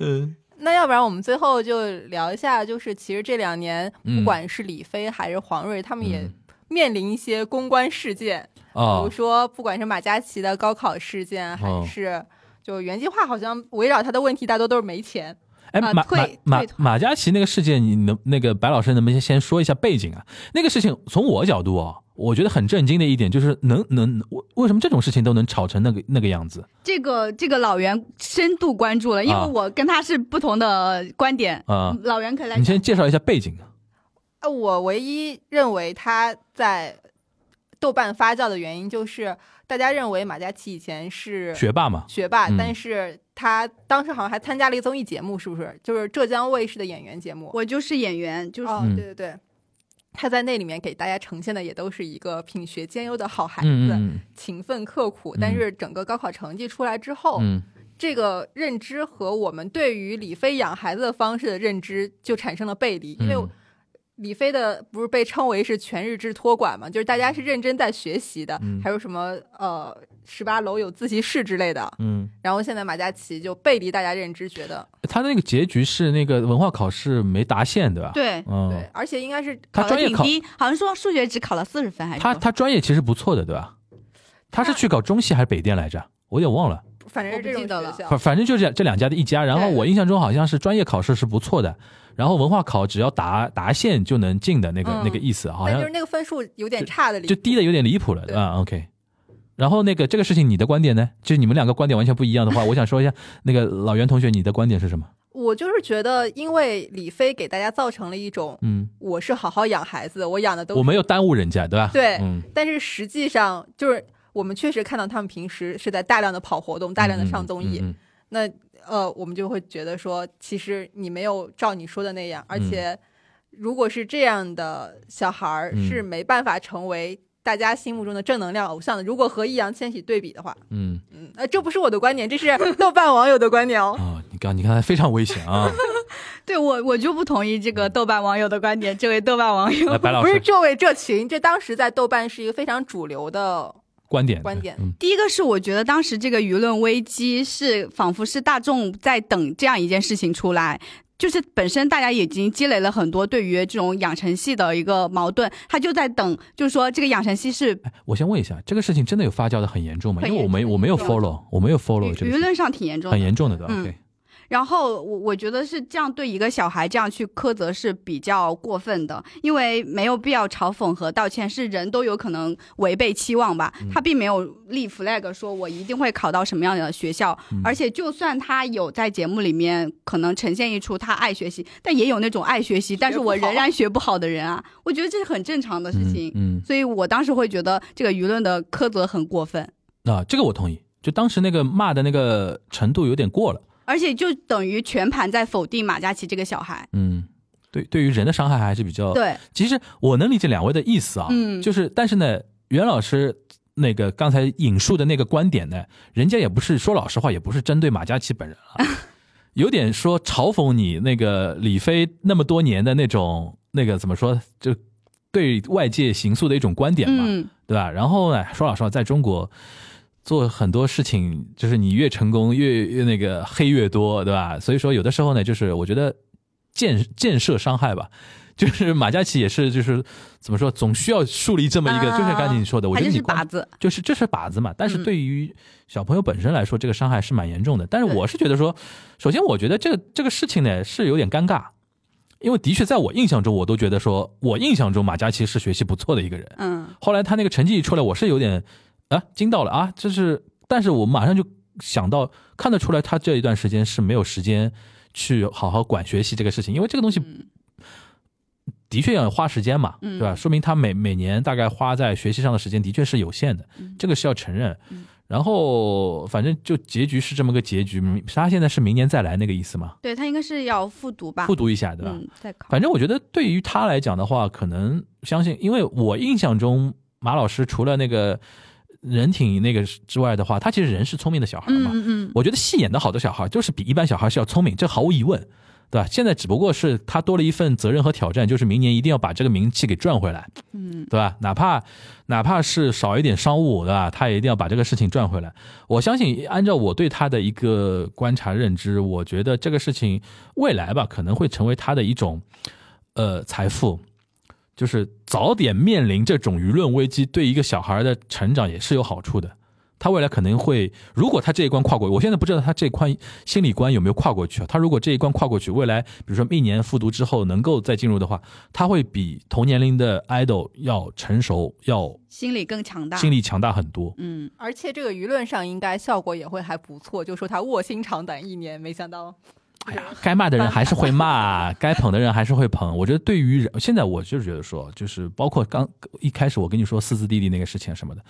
C: 嗯，
B: 那要不然我们最后就聊一下，就是其实这两年
C: 嗯
B: 不管是李飞还是黄睿，他们也
C: 嗯
B: 面临一些公关事件，比如
C: 哦，
B: 说不管是马嘉祺的高考事件，
C: 哦
B: 还是就原计划，好像围绕他的问题大多都是没钱。
C: 哎，
A: 啊
C: 马马
A: 退
C: 马
A: 退团
C: 马嘉祺那个事件，你能那个白老师能不能先说一下背景啊？那个事情从我角度哦，我觉得很震惊的一点就是能能为为什么这种事情都能炒成那个那个样子？
A: 这个这个老袁深度关注了，因
C: 啊
A: 为我跟他是不同的观点。
C: 啊
A: 老袁嗯可以来
C: 你
A: 讲，
C: 先介绍一下背景
B: 呃，我唯一认为他在豆瓣发酵的原因，就是大家认为马嘉祺以前是
C: 学霸嘛？
B: 学霸，
C: 嗯
B: 但是他当时好像还参加了一个综艺节目，是不是？就是浙江卫视的演员节目。
A: 我就是演员，就是
B: 哦，
C: 嗯
B: 对对对，他在那里面给大家呈现的也都是一个品学兼优的好孩子，
C: 嗯嗯
B: 勤奋刻苦。
C: 嗯
B: 但是整个高考成绩出来之后，
C: 嗯
B: 这个认知和我们对于李飞养孩子的方式的认知就产生了背离，
C: 嗯，
B: 因为。李飞的不是被称为是全日制托管嘛，就是大家是认真在学习的，
C: 嗯
B: 还有什么呃十八楼有自习室之类的。
C: 嗯。
B: 然后现在马嘉祺就背离大家认知，觉得
C: 他那个结局是那个文化考试没达线，对吧？，
A: 对，
B: 对
C: 嗯，，
B: 而且应该是
C: 他
A: 考
C: 专
A: 的
C: 业
A: 挺
C: 考
A: 低，好像说数学只考了四十分还是
C: 他
A: 多少
C: 他专业其实不错的，对吧？他是去搞中戏还是北电来着？我有点忘了，
B: 反正
A: 我
B: 是
A: 不
B: 这种
A: 记得
B: 学
A: 了
B: 校
C: 反反正就是这这两家的一家。然后
B: 对
C: 我印象中好像是专业考试是不错的，然后文化考只要达达线就能进的那个
B: 嗯
C: 那个意思，好
B: 但就
C: 像
B: 是那个分数有点差的离
C: 就
B: 谱，
C: 低的有点离谱了
B: 对
C: 啊。OK，然后那个这个事情你的观点呢？就是你们两个观点完全不一样 的话，我想说一下，那个老袁同学，你的观点是什么？
B: 我就是觉得，因为李飞给大家造成了一种，
C: 嗯，
B: 我是好好养孩子，我养的都
C: 我没有耽误人家，对吧？
B: 对
C: 嗯
B: 但是实际上就是我们确实看到他们平时是在大量的跑活动，大量的上综艺，
C: 嗯嗯嗯
B: 那呃，我们就会觉得说，其实你没有照你说的那样，而
C: 嗯
B: 且如果是这样的小孩儿
C: 嗯
B: 是没办法成为。大家心目中的正能量偶像的，如果和易烊千玺对比的话，
C: 嗯。
B: 嗯，呃，这不是我的观点，这是豆瓣网友的观点哦。
C: 啊，你刚你刚才非常危险啊！
A: 对我我就不同意这个豆瓣网友的观点，这位豆瓣网友
C: 来，白老
B: 不是
C: 师
B: 这位这群，这当时在豆瓣是一个非常主流的，
C: 观点
B: 观点
C: 嗯
A: 第一个是我觉得当时这个舆论危机是仿佛是大众在等这样一件事情出来。就是本身大家已经积累了很多对于这种养成系的一个矛盾，他就在等，就是说这个养成系是
C: 哎我先问一下，这个事情真的有发酵的很严重吗？
A: 很
C: 因为我
A: 严
C: 没
A: 重
C: 我没有
A: 很严
C: follow，我没有 follow 这
A: 舆
C: 个
A: 舆
C: 事
A: 论上挺严重
C: 很
A: 的。
C: 严重的对吧
A: 嗯
C: ？OK，
A: 然后我我觉得是这样对一个小孩这样去苛责是比较过分的，因为没有必要嘲讽和道歉，是人都有可能违背期望吧。
C: 嗯
A: 他并没有立 flag 说我一定会考到什么样的学校，嗯
C: 嗯
A: 而且就算他有在节目里面可能呈现一出他爱学习，但也有那种爱学习但是我仍然学不好的人啊，我觉得这是很正常的事情。
C: 嗯，
A: 所以我当时会觉得这个舆论的苛责很过分。
C: 嗯啊，这个我同意。就当时那个骂的那个程度有点过了，
A: 而且就等于全盘在否定马嘉祺这个小孩。
C: 嗯，对，对于人的伤害还是比较。，
A: 对，
C: 其实我能理解两位的意思啊，
A: 嗯
C: 就是但是呢，袁老师那个刚才引述的那个观点呢，人家也不是说老实话，也不是针对马嘉祺本人啊，有点说嘲讽你那个李飞那么多年的那种那个怎么说，就对外界形塑的一种观点嘛，
A: 嗯，
C: 对吧？然后呢，说老实话，在中国做很多事情，就是你越成功越越那个黑越多，对吧？所以说有的时候呢，就是我觉得建建设伤害吧。就是马嘉祺也是，就是怎么说，总需要树立这么一个，
A: 啊
C: 就是刚才你说的，我
A: 他
C: 觉得
A: 就
C: 你
A: 是
C: 光
A: 靶子。
C: 就是这是靶子嘛，但是
A: 嗯
C: 对于小朋友本身来说，这个伤害是蛮严重的。但是
A: 对
C: 我是觉得说，首先我觉得这个这个事情呢是有点尴尬，因为的确在我印象中，我都觉得说我印象中马嘉祺是学习不错的一个人，
A: 嗯，
C: 后来他那个成绩一出来，我是有点啊惊到了啊，就是，但是我马上就想到看得出来，他这一段时间是没有时间去好好管学习这个事情，因为这个东西
A: 嗯
C: 的确要花时间嘛，
A: 嗯
C: 对吧？说明他每每年大概花在学习上的时间的确是有限的，
A: 嗯
C: 这个是要承认。然后反正就结局是这么个结局，他现在是明年再来那个意思嘛，
A: 对他应该是要复读吧？
C: 复读一下，对吧？
A: 嗯，再考。
C: 反正我觉得对于他来讲的话，可能相信，因为我印象中马老师除了那个人挺那个之外的话，他其实人是聪明的小孩
A: 嗯
C: 嘛。
A: 嗯嗯，
C: 我觉得戏演的好的小孩，就是比一般小孩是要聪明，这毫无疑问，对吧？现在只不过是他多了一份责任和挑战，就是明年一定要把这个名气给赚回来，嗯，对吧？哪怕哪怕是少一点商务，对吧？他也一定要把这个事情赚回来。我相信，按照我对他的一个观察认知，我觉得这个事情未来吧，可能会成为他的一种呃财富。就是早点面临这种舆论危机，对一个小孩的成长也是有好处的。他未来可能会，如果他这一关跨过，我现在不知道他这一关心理关有没有跨过去啊。他如果这一关跨过去，未来比如说一年复读之后能够再进入的话，他会比同年龄的 idol 要成熟，要
A: 心理更强大。
C: 心理强大很 多。
A: 嗯，
B: 而且这个舆论上应该效果也会还不错，就说他卧薪尝胆一年，没想到
C: 哎呀，该骂的人还是会骂，该捧的人还是会捧。我觉得对于人，现在我就是觉得说，就是包括刚一开始我跟你说四字弟弟那个事情什么的，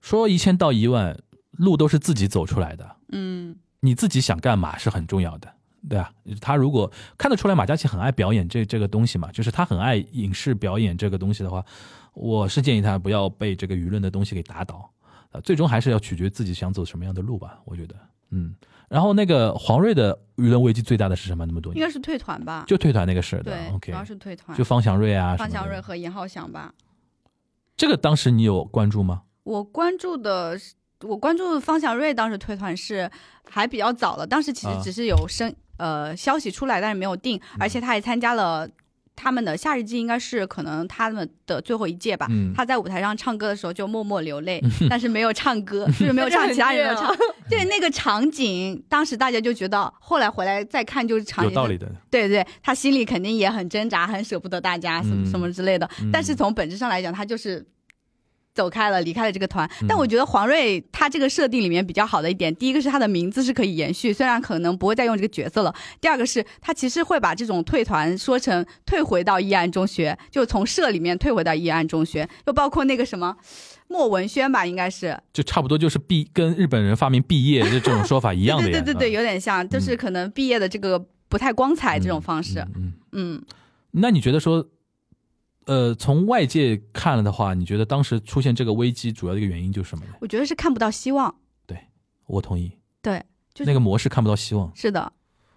C: 说一千道一万，路都是自己走出来的。嗯，你自己想干嘛是很重要的。对啊，他如果看得出来马嘉祺很爱表演这这个东西嘛，就是他很爱影视表演这个东西的话，我是建议他不要被这个舆论的东西给打倒，啊，最终还是要取决自己想走什么样的路吧，我觉得，嗯。然后那个黄瑞的舆论危机最大的是什么？那么多
A: 应
C: 年
A: 该是退团吧？
C: 就退团那个事的
A: 对
C: ，OK，
A: 主要是退团
C: 就。方祥瑞啊，
A: 方祥瑞
C: 什么的，
A: 和严浩翔吧。
C: 这个当时你有关注吗？
A: 我关注的是，我关注方祥瑞当时退团是还比较早了，当时其实
C: 啊嗯
A: 只是有声、呃消息出来，但是没有定，而且他还参加了。他们的夏日祭应该是可能他们的最后一届吧。
C: 嗯
A: 他在舞台上唱歌的时候就默默流 泪，但是没有唱歌，就是 没有唱其他人的
B: 这啊
A: 唱。对那个场景，当时大家就觉得，后来回来再看就是场
C: 有
A: 景，
C: 道理的，
A: 对对，他心里肯定也很挣扎，很舍不得大家什么
C: 嗯
A: 什么之类的。
C: 嗯
A: 但是从本质上来讲，他就是走开了，离开了这个团。
C: 嗯
A: 但我觉得黄睿他这个设定里面比较好的一点，第一个是他的名字是可以延续，虽然可能不会再用这个角色了；第二个是他其实会把这种退团说成退回到义安中学，就从社里面退回到义安中学，又包括那个什么莫文轩吧，应该是
C: 就差不多就是毕跟日本人发明毕业这种说法一样的
A: 对
C: 呀，
A: 对对对，有点像，就是
C: 嗯
A: 可能毕业的这个不太光彩这种方式，
C: 嗯嗯，
A: 嗯
C: 那你觉得说，呃，从外界看了的话，你觉得当时出现这个危机主要的一个原因就是什么呢？
A: 我觉得是看不到希望。
C: 我同意，
A: 对，就是
C: 那个模式看不到希望，
A: 是的，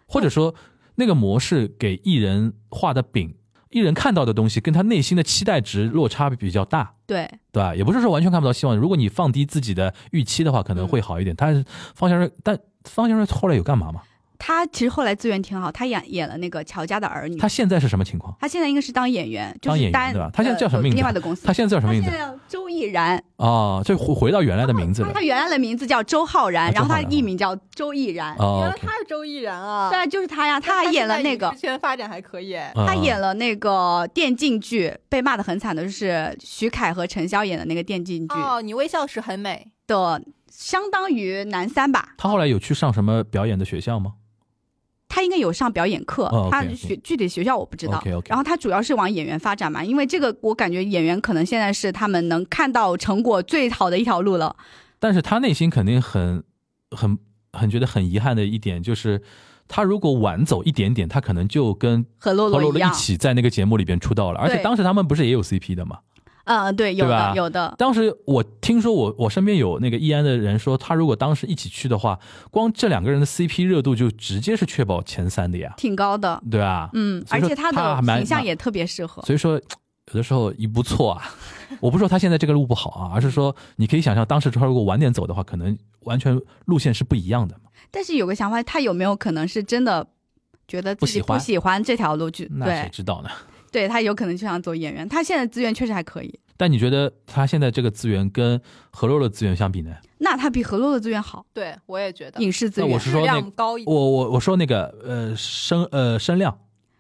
C: 或者说那个模式给艺人画的饼，艺人看到的东西跟他内心的期待值落差比较大。
A: 对，
C: 对吧？也不是说完全看不到希望。如果你放低自己的预期的话，可能
A: 嗯
C: 会好一点。但是方向瑞，但方向瑞后来有干嘛吗？
A: 他其实后来资源挺好，他演演了那个乔家的儿女。
C: 他现在是什么情况？
A: 他现在应该是当演员，就
C: 当演
A: 是
C: 员
A: 单
C: 对吧他现在叫什么名
A: 呃有
C: 字
A: 另外的公司，
C: 他现在叫什么名
A: 他
C: 字
A: 现？在叫周易然，
C: 啊，就回回到原来的名字了
A: 他原来的名字叫周浩然，
C: 啊
A: 然后他
C: 周浩然
A: 艺名叫周易然。
C: 啊
B: 原来。他是周易然啊，
A: 对，就是他呀，
B: 那
A: 他还演了那个
C: 啊
B: 之，前发展还可以哎，
A: 他
C: 他
A: 演了那个电竞剧，被骂的很惨的就是徐凯和陈潇演的那个电竞剧
B: 哦，你微笑时很美，
A: 的，相当于男三吧。
C: 他后来有去上什么表演的学校吗？
A: 他应该有上表演课，
C: 哦，OK，
A: 他
C: OK
A: 学具体学校我不知道。
C: OK，OK
A: 然后他主要是往演员发展嘛，因为这个我感觉演员可能现在是他们能看到成果最好的一条路了。
C: 但是他内心肯定很、很、很觉得很遗憾的一点就是，他如果晚走一点点，他可能就跟
A: 和洛
C: 何
A: 洛
C: 洛洛
A: 样
C: 一，起在那个节目里边出道了。而且
A: 对
C: 当时他们不是也有 CP 的嘛？
A: 嗯，对，有
C: 对
A: 的
C: 吧
A: 有的，
C: 当时我听说我我身边有那个易安的人说，他如果当时一起去的话，光这两个人的 CP 热度就直接是确保前三的呀，
A: 挺高的。
C: 对吧？
A: 嗯，
C: 所
A: 而
C: 以说
A: 且他
C: 他
A: 的
C: 还蛮
A: 形象也特别适合。
C: 所以说，有的时候一步错啊， 我不是说他现在这个路不好啊，而是说你可以想象，当时他如果晚点走的话，可能完全路线是不一样的嘛。
A: 但是有个想法，他有没有可能是真的觉得自己
C: 不喜
A: 不
C: 欢
A: 喜欢这条路去？
C: 那谁
A: 对，
C: 知道呢？
A: 对他有可能就想走演员。他现在资源确实还可以，
C: 但你觉得他现在这个资源跟何洛的资源相比呢？
A: 那他比何洛的资源好，
B: 对我也觉得
A: 影视资
C: 那
A: 源
C: 我是说
B: 质
C: 那
B: 量高一
A: 嗯
C: 我
B: 点，
C: 我我说那个呃声呃声量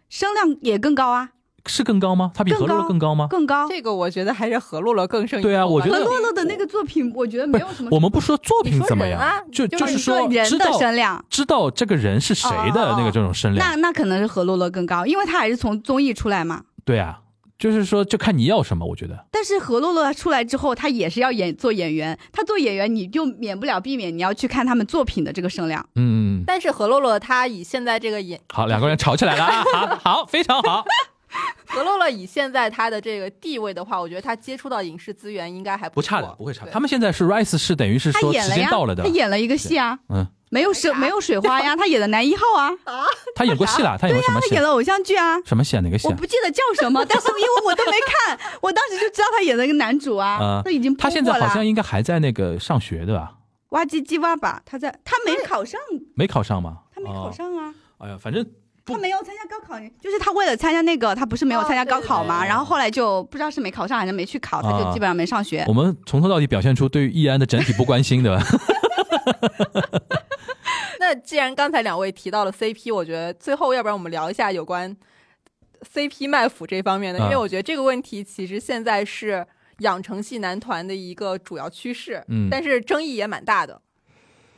A: 声量也更高啊，
C: 是更高吗？他比何洛
A: 更高
C: 更高吗？
A: 更高。
B: 这个我觉得还是何洛洛更胜一
C: 对啊
B: 筹吧
C: 我觉
A: 何
C: 得
A: 洛洛的那个作品，我觉得没有什么。
C: 我们不说作品怎么
B: 你
C: 样，
B: 说人啊
C: 就
B: 就是
A: 你
C: 说
A: 人
C: 知
A: 的
C: 道
A: 声量，哦
C: 知道这个人是谁的那个这种声量，
A: 那那可能是何洛洛更高，因为他还是从综艺出来嘛。
C: 对啊，就是说就看你要什么，我觉得
A: 但是何洛洛出来之后，他也是要演做演员，他做演员你就免不了避免你要去看他们作品的这个声量。
C: 嗯，
B: 但是何洛洛她以现在这个演
C: 好，两个人吵起来了啊，好，好，非常好，
B: 何洛洛以现在她的这个地位的话，我觉得她接触到影视资源应该还
C: 不
B: 不
C: 差的
B: 错，
C: 不会差的。
B: 对
C: 他们现在是 Rice 是等于是
A: 他
C: 说
A: 演
C: 时
A: 了
C: 间
A: 呀
C: 到了，的
A: 他，演了一个戏啊，
C: 嗯，
A: 没有水没有水花呀，他演的男一号啊，
C: 他演过戏了，他演过什么
A: 他
C: 戏
A: 演？了偶像剧啊，
C: 什么戏啊？哪个戏
A: 我
C: 啊？
A: 不记得叫什么，但是因为我都没看，我当时就知道他演了一个男主啊
C: 啊，
A: 都已经
C: 他
A: 播
C: 现在
A: 过
C: 好
A: 了
C: 像应该还在那个上学对吧？
A: 哇唧唧哇吧，他在他没考上，
C: 没考上吗？
A: 他没考
C: 哦。
A: 上啊。
C: 哎呀，反正不
A: 他没有参加高考，就是他为了参加那个，他不是没有参加高考嘛，
B: 哦对对对
A: 然后后来就不知道是没考上还是没去考，他就基本上没上学。
C: 啊我们从头到底表现出对于易安的整体不关心对吧？
B: 那既然刚才两位提到了 CP，我觉得最后要不然我们聊一下有关 CP 卖腐这方面的，
C: 嗯
B: 因为我觉得这个问题其实现在是养成系男团的一个主要趋势，
C: 嗯
B: 但是争议也蛮大的。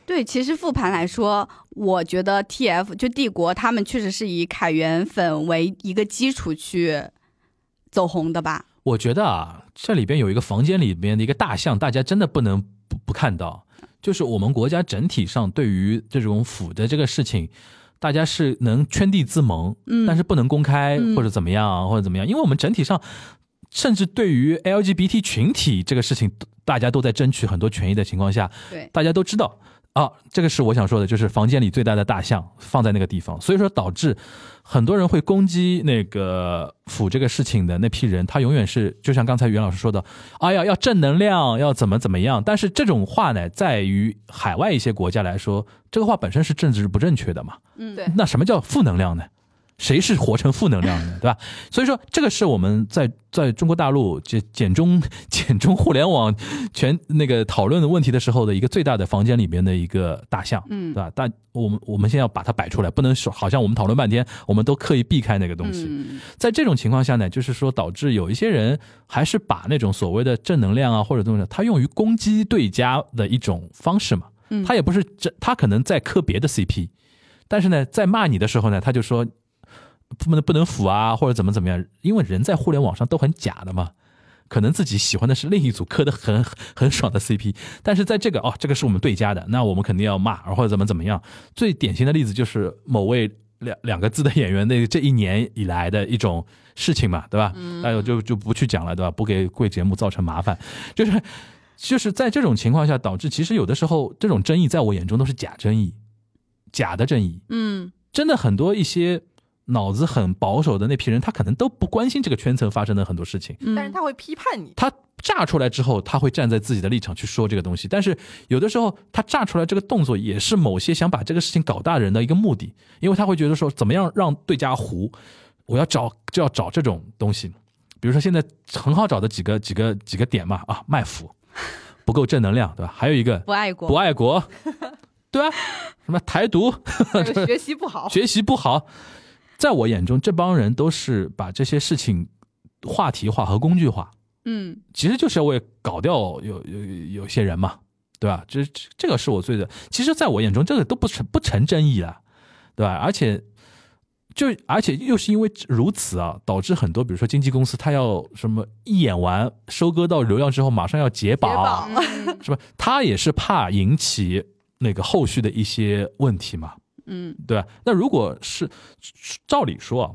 A: 对，其实复盘来说，我觉得 TF 就帝国他们确实是以凯源粉为一个基础去走红的吧。
C: 我觉得啊，这里边有一个房间里边的一个大象，大家真的不能不不看到，就是我们国家整体上对于这种腐的这个事情，大家是能圈地自萌，
A: 嗯
C: 但是不能公开
A: 嗯
C: 或者怎么样或者怎么样，因为我们整体上，甚至对于 LGBT 群体这个事情，大家都在争取很多权益的情况下，
A: 对，
C: 大家都知道啊，这个是我想说的，就是房间里最大的大象放在那个地方，所以说导致很多人会攻击那个腐这个事情的那批人，他永远是就像刚才袁老师说的，哎呀，要正能量，要怎么怎么样。但是这种话呢，在于海外一些国家来说，这个话本身是政治不正确的嘛。
A: 嗯
B: 对
C: 那什么叫负能量呢？谁是活成负能量的，对吧？所以说，这个是我们在在中国大陆简简中 简中互联网全那个讨论的问题的时候的一个最大的房间里面的一个大象，
A: 嗯
C: 对吧？但我们我们现在要把它摆出来，不能说好像我们讨论半天，我们都刻意避开那个东西。
A: 嗯，
C: 在这种情况下呢，就是说导致有一些人还是把那种所谓的正能量啊或者东西，他用于攻击对家的一种方式嘛。
A: 嗯
C: 他也不是真，他可能在磕别的 CP，但是呢，在骂你的时候呢，他就说不能不能腐啊，或者怎么怎么样，因为人在互联网上都很假的嘛。可能自己喜欢的是另一组磕的很很爽的 CP，但是在这个哦，这个是我们对家的，那我们肯定要骂，或者怎么怎么样。最典型的例子就是某位两两个字的演员那这一年以来的一种事情嘛，对吧？嗯，哎呦，就就不去讲了，对吧？不给贵节目造成麻烦，就是就是在这种情况下，导致其实有的时候这种争议在我眼中都是假争议，假的争议。
A: 嗯，
C: 真的很多一些脑子很保守的那批人，他可能都不关心这个圈层发生的很多事情，
A: 嗯
B: 但是他会批判 你，
C: 他炸出来之后，他会站在自己的立场去说这个东西。但是有的时候，他炸出来这个动作也是某些想把这个事情搞大的人的一个目的，因为他会觉得说，怎么样让对家糊，我要找就要找这种东西。比如说现在很好找的几个几个几个点嘛，啊，卖腐，不够正能量，对吧？还有一个
A: 不爱国，
C: 不爱国，对啊，什么台独，
B: 还有学习不好，
C: 学习不好，在我眼中，这帮人都是把这些事情话题化和工具化，
A: 嗯，
C: 其实就是要为搞掉有有有些人嘛，对吧？这这这个是我最的，其实在我眼中，这个都不成不成正义了，对吧？而且就而且又是因为如此啊，导致很多比如说经纪公司，它要什么一演完收割到流量之后，马上要
B: 别
C: 解绑，
B: 绑，
C: 是吧？他也是怕引起那个后续的一些问题嘛，
A: 嗯，
C: 对吧？那如果是照理说啊，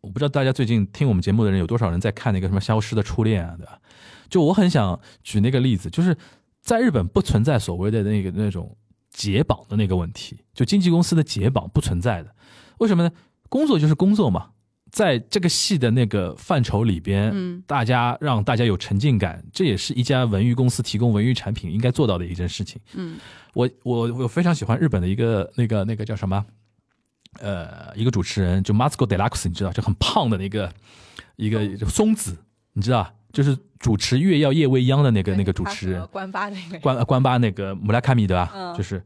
C: 我不知道大家最近听我们节目的人有多少人在看那个什么《消失的初恋》啊，对吧？就我很想举那个例子，就是在日本不存在所谓的那个那种解绑的那个问题，就经纪公司的解绑不存在的，为什么呢？工作就是工作嘛。在这个戏的那个范畴里边，
A: 嗯
C: 大家让大家有沉浸感，这也是一家文娱公司提供文娱产品应该做到的一件事情。
A: 嗯，
C: 我我我非常喜欢日本的一个那个那个叫什么，呃，一个主持人就 Masco Deluxe，你知道，就很胖的那个一个松子，你知道，就是主持《月曜夜未央》的那个那个主持人，
B: 官发那个，
C: 关呃关巴那个姆拉卡米对吧？
B: 嗯
C: 就是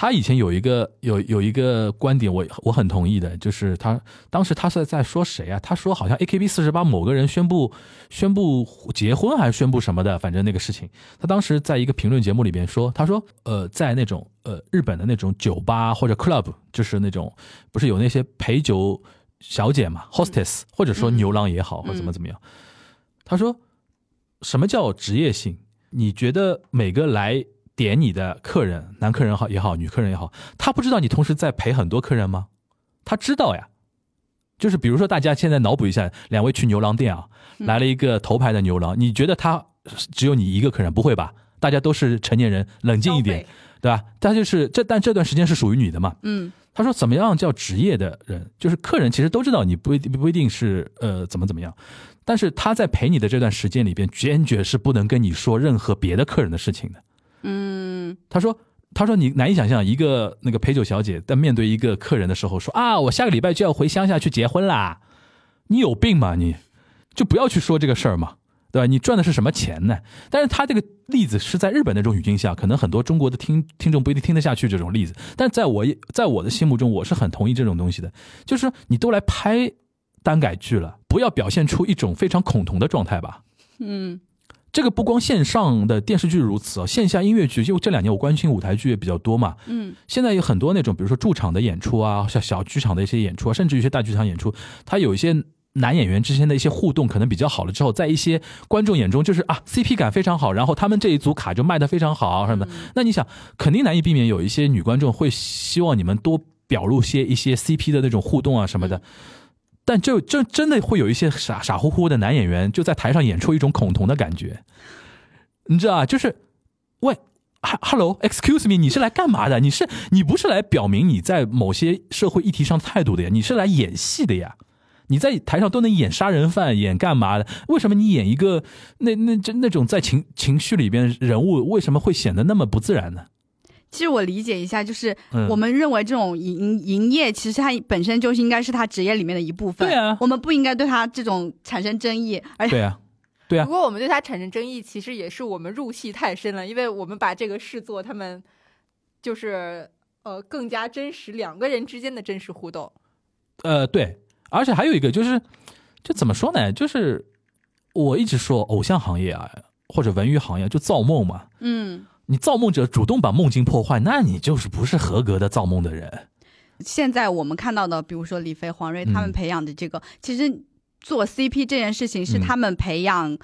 C: 他以前有一个有有一个观点我，我很同意的，就是他当时他是在说谁啊？他说好像 A K B 四十八某个人宣布宣布结婚还是宣布什么的，反正那个事情，他当时在一个评论节目里边说，他说呃，在那种呃日本的那种酒吧或者 club，就是那种不是有那些陪酒小姐嘛，hostess，、或者说牛郎也好，或者怎么怎么样，他说什么叫职业性？你觉得每个来点你的客人，男客人好也好，女客人也好，他不知道你同时在陪很多客人吗？他知道呀。就是比如说，大家现在脑补一下，两位去牛郎店啊，来了一个头牌的牛郎，你觉得他只有你一个客人？不会吧？大家都是成年人，冷静一点，对吧？他就是这，但这段时间是属于你的嘛？
A: 嗯，
C: 他说怎么样叫职业的人，就是客人其实都知道你不一定不一定是呃怎么怎么样，但是他在陪你的这段时间里边，坚决是不能跟你说任何别的客人的事情的。
A: 嗯，
C: 他说。他说：“你难以想象，一个那个陪酒小姐在面对一个客人的时候说啊，我下个礼拜就要回乡下去结婚啦，你有病吗？你就不要去说这个事儿嘛，对吧？你赚的是什么钱呢？但是他这个例子是在日本那种语境下，可能很多中国的听听众不一定听得下去这种例子，但在我在我的心目中，我是很同意这种东西的，就是你都来拍耽改剧了，不要表现出一种非常恐同的状态吧。
A: 嗯，
C: 这个不光线上的电视剧如此哦，线下音乐剧，因为这两年我关心舞台剧也比较多嘛，
A: 嗯，
C: 现在有很多那种，比如说驻场的演出啊，小小剧场的一些演出啊，甚至一些大剧场演出，它有一些男演员之间的一些互动，可能比较好了之后，在一些观众眼中就是啊 CP 感非常好，然后他们这一组卡就卖的非常好什么的。那你想，肯定难以避免有一些女观众会希望你们多表露些一些 CP 的那种互动啊什么的。但就就真的会有一些傻傻乎乎的男演员就在台上演出一种恐同的感觉，你知道啊？就是，喂哈，Hello，Excuse me，你是来干嘛的？你是你不是来表明你在某些社会议题上的态度的呀？你是来演戏的呀？你在台上都能演杀人犯，演干嘛的？为什么你演一个那那这那种在情情绪里边人物，为什么会显得那么不自然呢？
A: 其实我理解一下，就是
C: 嗯
A: 我们认为这种营营业，其实它本身就是应该是他职业里面的一部分。
C: 对啊
A: 我们不应该对他这种产生争议，而且
C: 对啊，对啊
B: 不，过我们对他产生争议，其实也是我们入戏太深了，因为我们把这个视作他们就是呃更加真实两个人之间的真实互动。
C: 呃，对，而且还有一个就是，就怎么说呢？就是我一直说偶像行业啊，或者文娱行业就造梦嘛。
A: 嗯，
C: 你造梦者主动把梦境破坏，那你就是不是合格的造梦的人。
A: 现在我们看到的，比如说李飞、黄睿
C: 嗯
A: 他们培养的这个，其实做 CP 这件事情是
C: 嗯
A: 他们培养、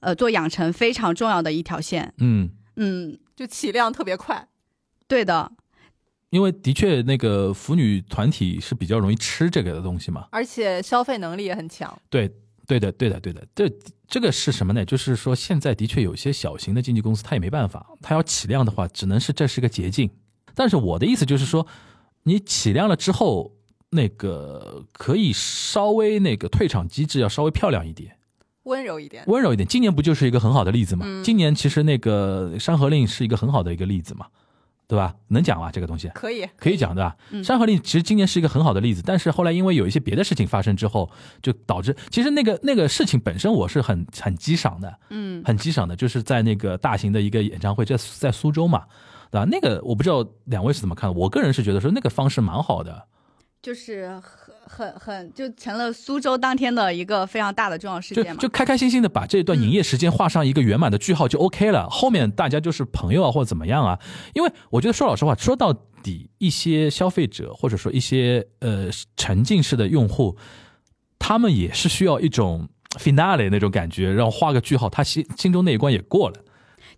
A: 呃做养成非常重要的一条线。
C: 嗯，
A: 嗯，
B: 就起量特别快，
A: 对的，
C: 因为的确那个腐女团体是比较容易吃这个的东西嘛。
B: 而且消费能力也很强。
C: 对，对的，对的，对的，这这个是什么呢？就是说，现在的确有些小型的经纪公司，它也没办法，它要起量的话，只能是这是个捷径。但是我的意思就是说，你起量了之后，那个可以稍微那个退场机制要稍微漂亮一点，
B: 温柔一点，
C: 温柔一点。今年不就是一个很好的例子嘛？今年其实那个《山河令》是一个很好的一个例子嘛，对吧？能讲吧这个东西？
B: 可以，
C: 可以讲对吧？山河令其实今年是一个很好的例子，但是后来因为有一些别的事情发生之后，就导致其实那个那个事情本身我是很很激赏的，嗯，很激赏的，就是在那个大型的一个演唱会，在在苏州嘛，对吧？那个我不知道两位是怎么看的，我个人是觉得说那个方式蛮好的，
A: 就是很很很就成了苏州当天的一个非常大的重要事
C: 就
A: 件嘛。
C: 就开开心心的把这段
A: 嗯
C: 营业时间画上一个圆满的句号就 OK 了。后面大家就是朋友啊，或者怎么样啊，因为我觉得说老实话，说到底，一些消费者或者说一些呃沉浸式的用户，他们也是需要一种 finale 那种感觉，然后画个句号，他心心中那一关也过了。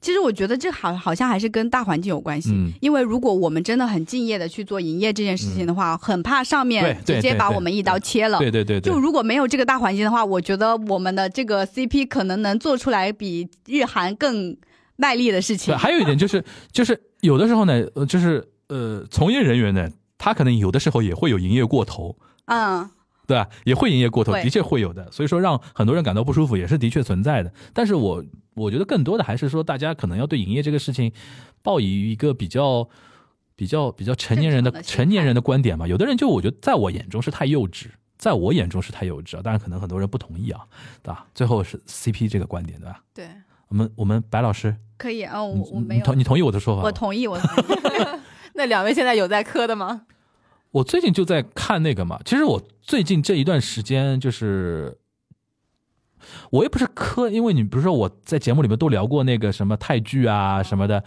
A: 其实我觉得这好好像还是跟大环境有关系，
C: 嗯
A: 因为如果我们真的很敬业的去做营业这件事情的话，很怕上面
C: 对对
A: 直接把
C: 对对
A: 我们一刀切了。
C: 对对对对，
A: 就如果没有这个大环境的话，我觉得我们的这个 CP 可能能做出来比日韩更卖力的事情
C: 对，。还有一点 就是，就是有的时候呢，呃就是呃，从业人员呢，他可能有的时候也会有营业过头，
A: 嗯，
C: 对吧？也会营业过头，
A: 会
C: 的确会有的。所以说，让很多人感到不舒服也是的确存在的。但是我我觉得更多的还是说，大家可能要对营业这个事情抱以一个比较。比较比较成年人的
A: 正常的心态
C: 成年人的观点吧，有的人就我觉得，在我眼中是太幼稚，在我眼中是太幼稚啊。当然，可能很多人不同意啊，对吧？最后是 CP 这个观点，对吧？
B: 对，
C: 我们我们白老师，
A: 可以。哦，
C: 你
A: 我我
C: 你
A: 没有
C: 同，你同意我的说法吗？
A: 我同意，我同意。
B: 那两位现在有在磕的吗？
C: 我最近就在看那个嘛，其实我最近这一段时间就是，我也不是磕，因为你比如说我在节目里面都聊过那个什么泰剧啊什么的，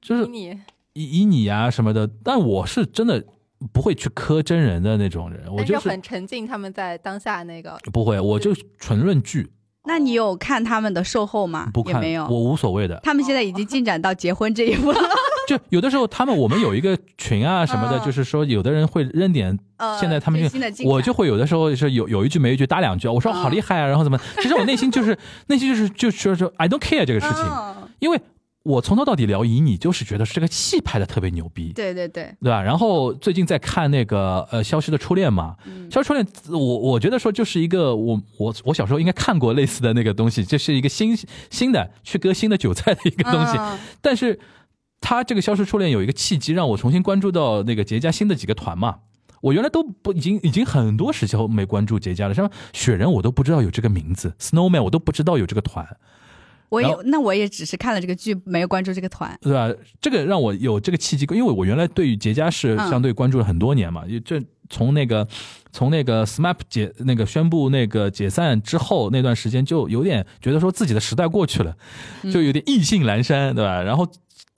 C: 就是
B: 你
C: 以以你啊什么的，但我是真的不会去磕真人的那种人，我
B: 但是
C: 就是
B: 哎很沉浸他们在当下那个，
C: 不会，我
A: 嗯
C: 就纯论剧，
A: 那你有看他们的售后吗？
C: 不
A: 也
C: 看
A: 没，有。
C: 我无所谓的。
A: 他们现在已经进展到结婚这一 步了。
C: 就有的时候他们我们有一个群啊什么的，
A: 嗯
C: 就是说有的人会扔点
A: 呃，
C: 现在他们
A: 最
C: 就
A: 新的进展
C: 我就会有的时候是有有一句没一句搭两句，我说
A: 嗯
C: 好厉害啊，然 后怎么？其实我内心就是内心就是就是说说 I don't care 这个事情，
A: 嗯
C: 因为我从头到底聊以你，就是觉得是这个戏拍的特别牛逼，
A: 对对对，
C: 对吧？然后最近在看那个呃《消失的初恋》嘛，
A: 嗯
C: 《消失初恋》我我觉得说就是一个我我我小时候应该看过类似的那个东西，这、是一个新新的去割新的韭菜的一个东西，
A: 嗯
C: 但是他这个消失初恋有一个契机，让我重新关注到那个杰家新的几个团嘛。我原来都不已经已经很多时候没关注杰家了，像雪人我都不知道有这个名字，Snowman 我都不知道有这个团，
A: 我也
C: 然后
A: 那我也只是看了这个剧，没有关注这个团。
C: 对吧？这个让我有这个契机，因为我原来对于杰家是
A: 嗯
C: 相对关注了很多年嘛，也这从那个从那个 SMAP 解那个宣布那个解散之后那段时间，就有点觉得说自己的时代过去了，就有点意兴阑珊，对吧？然后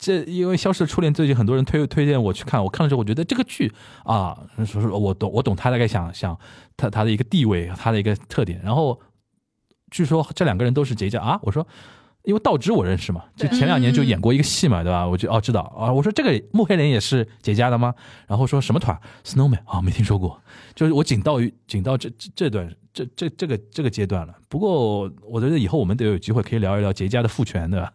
C: 这因为《消失的初恋》，最近很多人推推荐我去看，我看了之后，我觉得这个剧啊，说说我懂，我懂他大概想想他他的一个地位，他的一个特点。然后据说这两个人都是结家啊，我说。因为道之我认识嘛，就
B: 对
C: 前两年
A: 嗯
C: 就演过一个戏嘛，对吧？我就哦知道啊，我说这个慕黑莲也是结家的吗？然后说什么团 Snowman 啊，没听说过，就是我仅到于仅到这这这段这这这个这个阶段了。不过我觉得以后我们得有机会可以聊一聊结家的父权，对吧？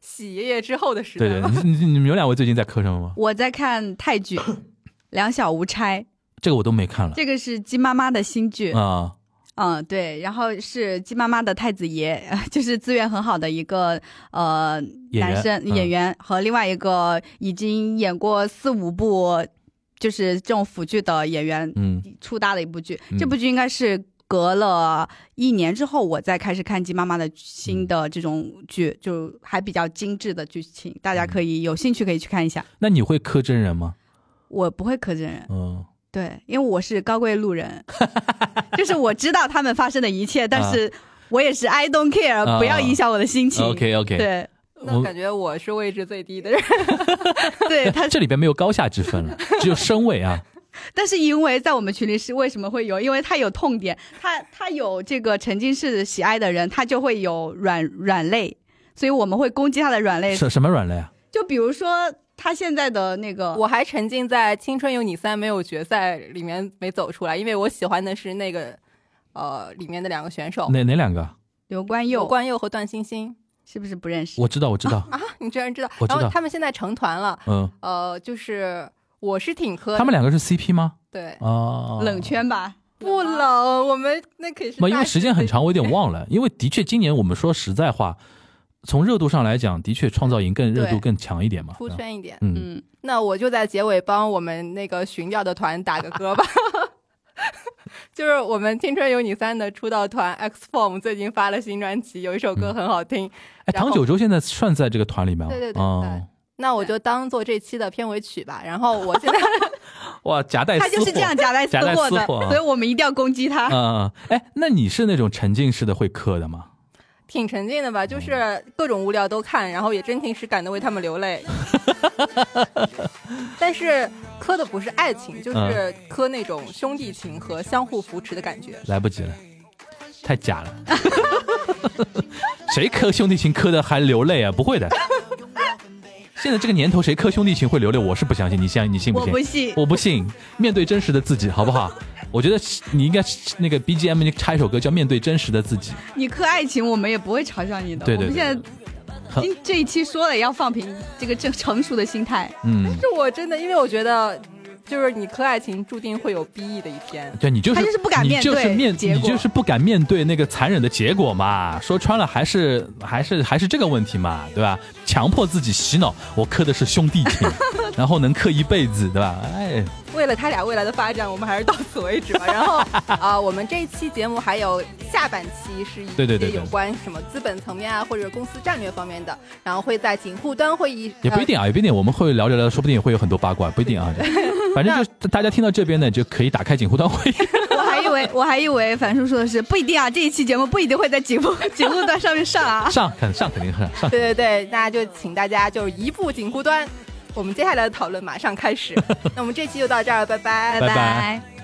B: 喜爷爷之后的时代
C: 对
B: 吧，
C: 对，你你你们有两位最近在磕什么吗？
A: 我在看泰 剧《两小无猜》，
C: 这个我都没看了
A: 这个是鸡妈妈的新剧，
C: 啊。
A: 嗯，对，然后是鸡妈妈的太子爷， 就是资源很好的一个呃
C: 演员
A: 男生
C: 嗯
A: 演员和另外一个已经演过四五部就是这种腐剧的演员
C: 嗯，
A: 出搭的一部剧，
C: 嗯
A: 这部剧应该是隔了一年之后，我再开始看《鸡妈妈》的新的这种剧，就还比较精致的剧情，大
C: 嗯
A: 家可以有兴趣可以去看一下。
C: 那你会磕真人吗？
A: 我不会磕真人，
C: 嗯，
A: 对，因为我是高贵路 人，就是我知道他们发生的一切，但是我也是 I don't care，、
C: 啊
A: 不要影响我的心情。
C: OK OK，
A: 对
B: 那感觉我是位置最低的人，
A: 对，他
C: 这里边没有高下之分了，只有身位啊。
A: 但是因为在我们群里是为什么会有？因为他有痛点，他他有这个沉浸式喜爱的人，他就会有软软肋，所以我们会攻击他的软肋。
C: 什什么软肋啊？
A: 就比如说他现在的那个，
B: 我还沉浸在《青春有你三》没有决赛里面没走出来，因为我喜欢的是那个呃里面的两个选手，
C: 哪哪两个？
A: 刘冠
B: 有
A: 佑
B: 关佑和段欣欣
A: 是不是不认识？
C: 我知道，我知道。
B: 啊，你居然知道？
C: 我知道
B: 然后他们现在成团了，
C: 嗯，
B: 呃，就是我是挺磕的，
C: 他们两个是 CP 吗？
B: 对
C: 啊，
A: 冷圈吧，
B: 不冷，我们那可是
C: 不，因
B: 大
C: 为时间很长，我有点忘了。因为的确，今年我们说实在话，从热度上来讲，的确创造营更热度
B: 对
C: 更强一点嘛。
B: 出
C: 嗯
B: 圈一点。
C: 嗯，
A: 嗯，
B: 那我就在结尾帮我们那个巡调的团打个歌吧。 就是我们《青春有你三》的出道团 X Form 最近发了新专辑，有一首歌很好听，
C: 哎，
B: 然后
C: 唐九洲现在算在这个团里面吗？
B: 对对对
C: 哦
B: 那我就当做这期的片尾曲吧。然后我现在
C: 哇，夹带私
A: 他
C: 货，
A: 就是这样夹带私
C: 夹带
A: 货
C: 私
A: 的，
C: 货啊
A: 所以我们一定要攻击他。
C: 嗯。嗯，嗯哎，那你是那种沉浸式的会磕的吗？
B: 挺沉浸的吧，就是各种物料都看，然后也真情实感的为他们流泪。但是磕的不是爱情，就是磕那种兄弟情和相互扶持的感觉。
C: 来不及了，太假了。 谁磕兄弟情磕的还流泪啊？不会的。现在这个年头，谁磕兄弟情会流泪？我是不相信，你相你信 不
A: 我
C: 信？
A: 不信，
C: 我不信，面对真实的自己，好不好？我觉得你应该那个 BGM 你插一首歌叫《面对真实的自己》，
A: 你磕爱情，我们也不会嘲笑你的。
C: 对对
A: 我们
C: 对
A: 现在
C: 很
A: 今这一期说了要放平这个正成熟的心态，
C: 嗯，
B: 就我真的，因为我觉得，就是你磕爱情注定会有 BE 的一天。
C: 对你就是
A: 他就是不敢面对
C: 你就是面
A: 结
C: 你
A: 果
C: 就是不敢面对那个残忍的结果嘛。说穿了还是还是还是这个问题嘛，对吧？强迫自己洗脑，我磕的是兄弟 情，然后能磕一辈子，对吧？哎，
B: 为了他俩未来的发展，我们还是到此为止吧。然后啊、我们这一期节目还有下半期是
C: 对对
B: 一
C: 对
B: 些
C: 对
B: 有关什么资本层面啊，或者公司战略方面的，然后会在警户端会议
C: 也不一定啊，也不一定，我们会聊着聊着，说不定也会有很多八卦，不一定啊。反正就大家听到这边呢，就可以打开警护端会议。
A: 我还以为我还以为樊叔说的是不一定啊，这一期节目不一定会在节目节目端上面上啊。
C: 上肯上肯定上上，
B: 呃对对对，那就请大家就是移步 紧箍端。我们接下来的讨论马上开始。那我们这期就到这儿，拜拜。
C: 拜
A: 拜